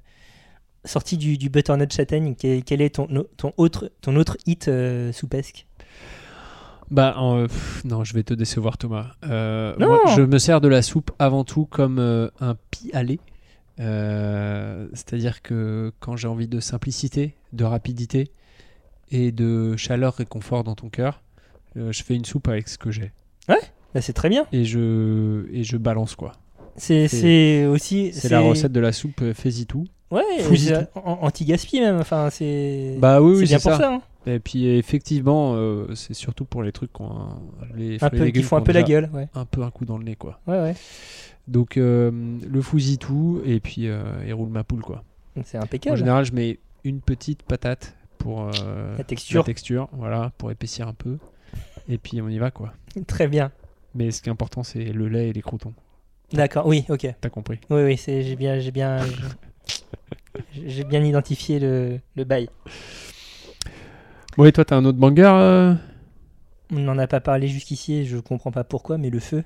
B: Sorti du, du butternut châtaigne, quel, quel est ton, no- ton, autre, ton autre hit euh, soupesque
A: Bah euh, pff, non, je vais te décevoir Thomas. Euh,
B: Non.
A: moi, je me sers de la soupe avant tout comme euh, un pis-aller. Euh, C'est-à-dire que quand j'ai envie de simplicité, de rapidité et de chaleur et confort dans ton cœur, euh, je fais une soupe avec ce que j'ai
B: Bah, c'est très bien.
A: et je et je balance quoi.
B: C'est
A: C'est-
B: c'est aussi.
A: C'est la recette de la soupe euh, fais-y tout.
B: Ouais,
A: Fous-y
B: c'est an- anti-gaspi même. Enfin, c'est.
A: Bah oui,
B: c'est
A: oui
B: bien
A: c'est ça.
B: pour ça. hein.
A: Et puis effectivement, euh, c'est surtout pour les trucs qui ont un- les
B: Un
A: fruits et
B: peu,
A: légumes
B: qui font un
A: qui ont
B: peu la
A: déjà
B: gueule. Ouais,
A: un peu un coup dans le nez quoi.
B: ouais, ouais.
A: Donc euh, le fousi tout et puis euh, et roule ma poule quoi.
B: C'est
A: En
B: impeccable.
A: général, je mets une petite patate pour euh,
B: La texture.
A: la texture, voilà, pour épaissir un peu. Et puis on y va quoi.
B: Très bien.
A: Mais ce qui est important, c'est le lait et les croutons.
B: D'accord. Oui, ok.
A: T'as compris
B: Oui, oui, c'est- j'ai bien, j'ai bien, j'ai- j'ai bien identifié le, le bail.
A: Bon et toi, t'as un autre banger euh
B: On n'en a pas parlé jusqu'ici, et je comprends pas pourquoi, mais le feu,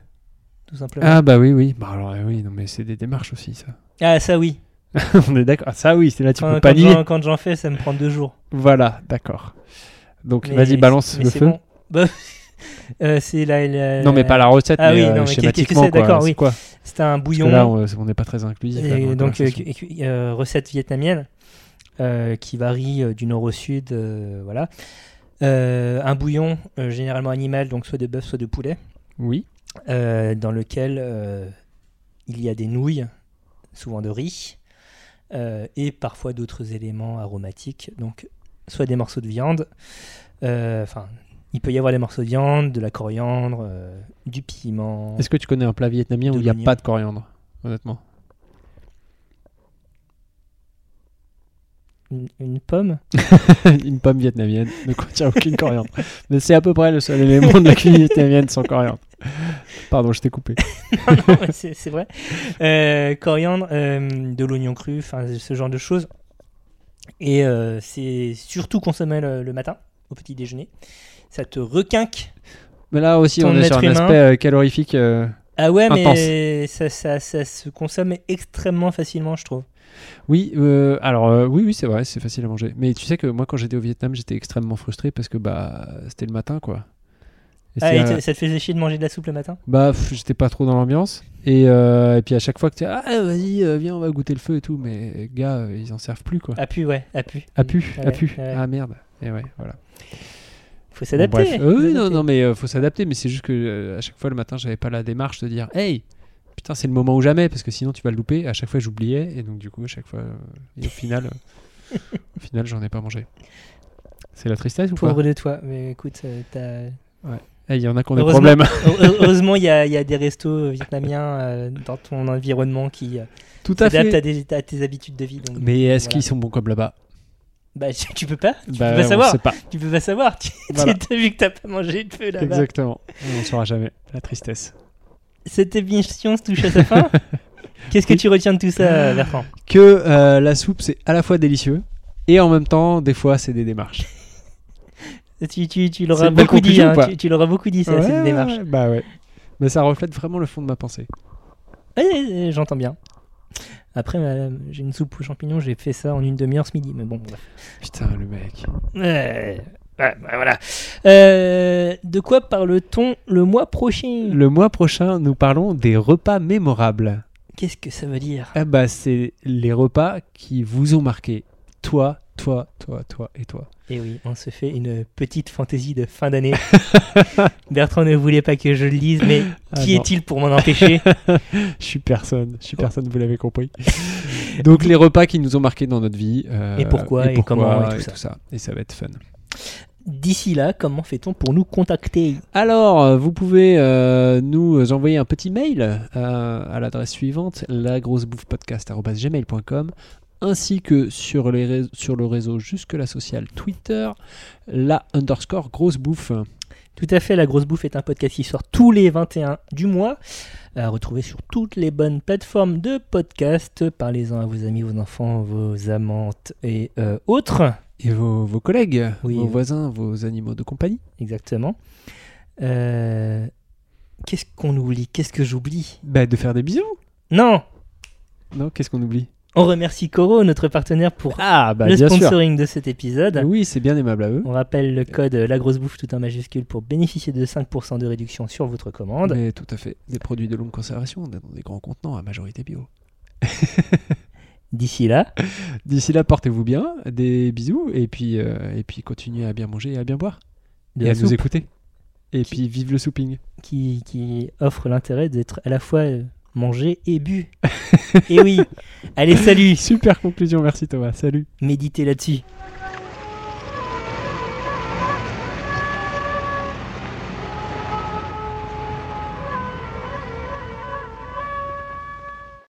B: tout simplement.
A: Ah bah oui, oui. Bah alors euh, oui, non mais c'est des démarches aussi ça.
B: Ah, ça oui.
A: on est d'accord. Ah, ça oui, c'est là tu
B: Quand,
A: peux pas
B: quand
A: nier.
B: j'en- quand j'en fais, ça me prend deux jours.
A: Voilà, d'accord. Donc
B: Mais-
A: vas-y, balance
B: mais
A: le
B: c'est
A: feu.
B: bon. Bah, euh, c'est la, la-
A: Non mais pas la recette,
B: Ah
A: mais,
B: oui,
A: euh,
B: non, mais qu'est- qu'est-ce que
A: schématiquement
B: c'est
A: quoi.
B: D'accord,
A: C'est
B: oui.
A: quoi
B: C'était un
A: Parce
B: bouillon.
A: que là, on- on n'est pas très inclusif. là, dans
B: Et
A: la
B: donc, euh,
A: conversation.
B: cu- cu- euh, recette vietnamienne euh, qui varie euh, du nord au sud. euh, voilà. Euh, un bouillon euh, généralement animal, donc soit de bœuf, soit de poulet,
A: oui,
B: euh, dans lequel euh, il y a des nouilles, souvent de riz, euh, et parfois d'autres éléments aromatiques. Donc, soit des morceaux de viande, euh, enfin, il peut y avoir des morceaux de viande, de la coriandre, euh, du piment.
A: Est-ce que tu connais un plat vietnamien
B: De
A: où il n'y a
B: l'oignon.
A: pas de coriandre Honnêtement.
B: Une, une pomme
A: une pomme vietnamienne ne contient aucune coriandre. Mais c'est à peu près le seul élément de la cuisine vietnamienne sans coriandre. Pardon, je t'ai coupé.
B: Non, mais c'est c'est vrai. Euh, coriandre, euh, de l'oignon cru, enfin ce genre de choses. Et euh, c'est surtout consommé le, le matin, au petit déjeuner. Ça te requinque.
A: Mais là aussi, on
B: Ton
A: est sur un
B: être humain.
A: aspect euh, calorifique. euh.
B: Ah ouais, mais
A: Intense.
B: ça, ça- ça se consomme extrêmement facilement, je trouve.
A: Oui, euh, alors euh, oui, oui, c'est vrai, c'est facile à manger. Mais tu sais que moi, quand j'étais au Vietnam, j'étais extrêmement frustré parce que bah c'était le matin, quoi. Et
B: Ah,
A: c'est,
B: et
A: euh,
B: t- ça te faisait chier de manger de la soupe le matin
A: Bah, pff, j'étais pas trop dans l'ambiance. Et, euh, et puis à chaque fois que tu dis, ah vas-y, euh, viens, on va goûter le feu et tout, mais euh, gars, euh, ils en servent plus quoi.
B: Ah pu, ouais, ah pu.
A: Ah pu,
B: Ouais,
A: ah pu,
B: ouais.
A: ah merde. Et ouais, voilà.
B: Faut
A: Bon, bref.
B: s'adapter.
A: Euh, oui, non,
B: s'adapter.
A: non, mais euh, faut s'adapter. Mais c'est juste que euh, à chaque fois le matin, j'avais pas la démarche de dire, hey, putain, c'est le moment ou jamais, parce que sinon tu vas le louper. À chaque fois, j'oubliais, et donc du coup, à chaque fois, euh, et au final, euh, au final, j'en ai pas mangé. C'est la tristesse ou
B: Pauvre
A: quoi
B: de toi, mais écoute, euh, t'as-
A: Eh, Il y en a qui ont des
B: Heureusement-
A: problèmes.
B: Heu- heureusement, il y, a- il y a des restos vietnamiens euh, dans ton environnement qui euh,
A: Tout à
B: s'adaptent
A: fait.
B: à, des- à tes habitudes de vie. Donc,
A: Mais est-ce
B: Voilà.
A: qu'ils sont bons comme là-bas
B: Bah, tu, tu peux pas, tu
A: Bah,
B: peux pas
A: on
B: savoir,
A: sait pas.
B: tu peux pas savoir. Tu, tu-
A: Voilà.
B: t'as vu que t'as pas mangé de feu là-bas.
A: Exactement. On saura jamais. La tristesse.
B: Cette émission se touche à sa fin. Qu'est-ce que tu retiens de tout ça, Bertrand
A: Que euh, la soupe, c'est à la fois délicieux et en même temps, des fois, c'est des démarches.
B: Tu, tu, tu l'auras
A: une belle
B: beaucoup dit,
A: conclusion
B: hein,
A: ou pas
B: tu, tu l'auras beaucoup dit ça,
A: Ouais,
B: cette démarche.
A: ouais, Bah ouais. Mais ça reflète vraiment le fond de ma pensée.
B: Ouais, ouais, ouais, j'entends bien. Après, euh, j'ai une soupe aux champignons, j'ai fait ça en une demi-heure ce midi, mais bon. bref.
A: Putain, le mec.
B: Euh, ouais, bah, voilà. Euh, de quoi parle-t-on le mois prochain
A: Le mois prochain, nous parlons des repas mémorables.
B: Qu'est-ce que ça veut dire
A: Ah bah, c'est les repas qui vous ont marqué. Toi, toi, toi, toi et toi.
B: Et Eh oui, on se fait une petite fantaisie de fin d'année. Bertrand ne voulait pas que je le lise, mais
A: Ah
B: qui
A: non.
B: est-il pour m'en empêcher
A: Je suis personne, je suis personne, vous l'avez compris. Donc, les repas qui nous ont marqué dans notre vie. euh,
B: Et pourquoi, et comment, et tout ça.
A: Et ça va être fun.
B: D'ici là, comment fait-on pour nous contacter
A: Alors, euh, vous pouvez euh, nous envoyer un petit mail euh, à l'adresse suivante, lagrossebouffepodcast.gmail.com ainsi que sur, les rés- sur le réseau jusque-là social Twitter, la underscore grosse bouffe.
B: Tout à fait, La Grosse Bouffe est un podcast qui sort tous les 21 du mois. À retrouver sur toutes les bonnes plateformes de podcast. Parlez-en à vos amis, vos enfants, vos amantes et euh, autres.
A: Et vos, vos collègues,
B: Oui,
A: vos
B: oui.
A: voisins, vos animaux de compagnie.
B: Exactement. Euh, Qu'est-ce qu'on oublie Qu'est-ce que j'oublie
A: Bah, de faire des bisous.
B: Non
A: Non, qu'est-ce qu'on oublie
B: On remercie Coro, notre partenaire, pour
A: Ah, bah,
B: le
A: bien sûr.
B: sponsoring de cet épisode.
A: Oui, c'est bien aimable à eux.
B: On rappelle le code euh, La Grosse Bouffe tout en majuscule pour bénéficier de 5% de réduction sur votre commande.
A: Mais tout à fait. Des produits de longue conservation, on est dans des grands contenants à majorité bio.
B: D'ici là,
A: D'ici là, portez-vous bien, des bisous, et puis, euh, et puis continuez à bien manger et à bien boire,
B: de
A: et
B: la
A: à nous
B: soupe
A: écouter. Et puis vive le souping.
B: qui, qui offre l'intérêt d'être à la fois euh, mangé et bu. et oui. Allez, salut.
A: Super conclusion, merci Thomas, salut.
B: Méditez là-dessus.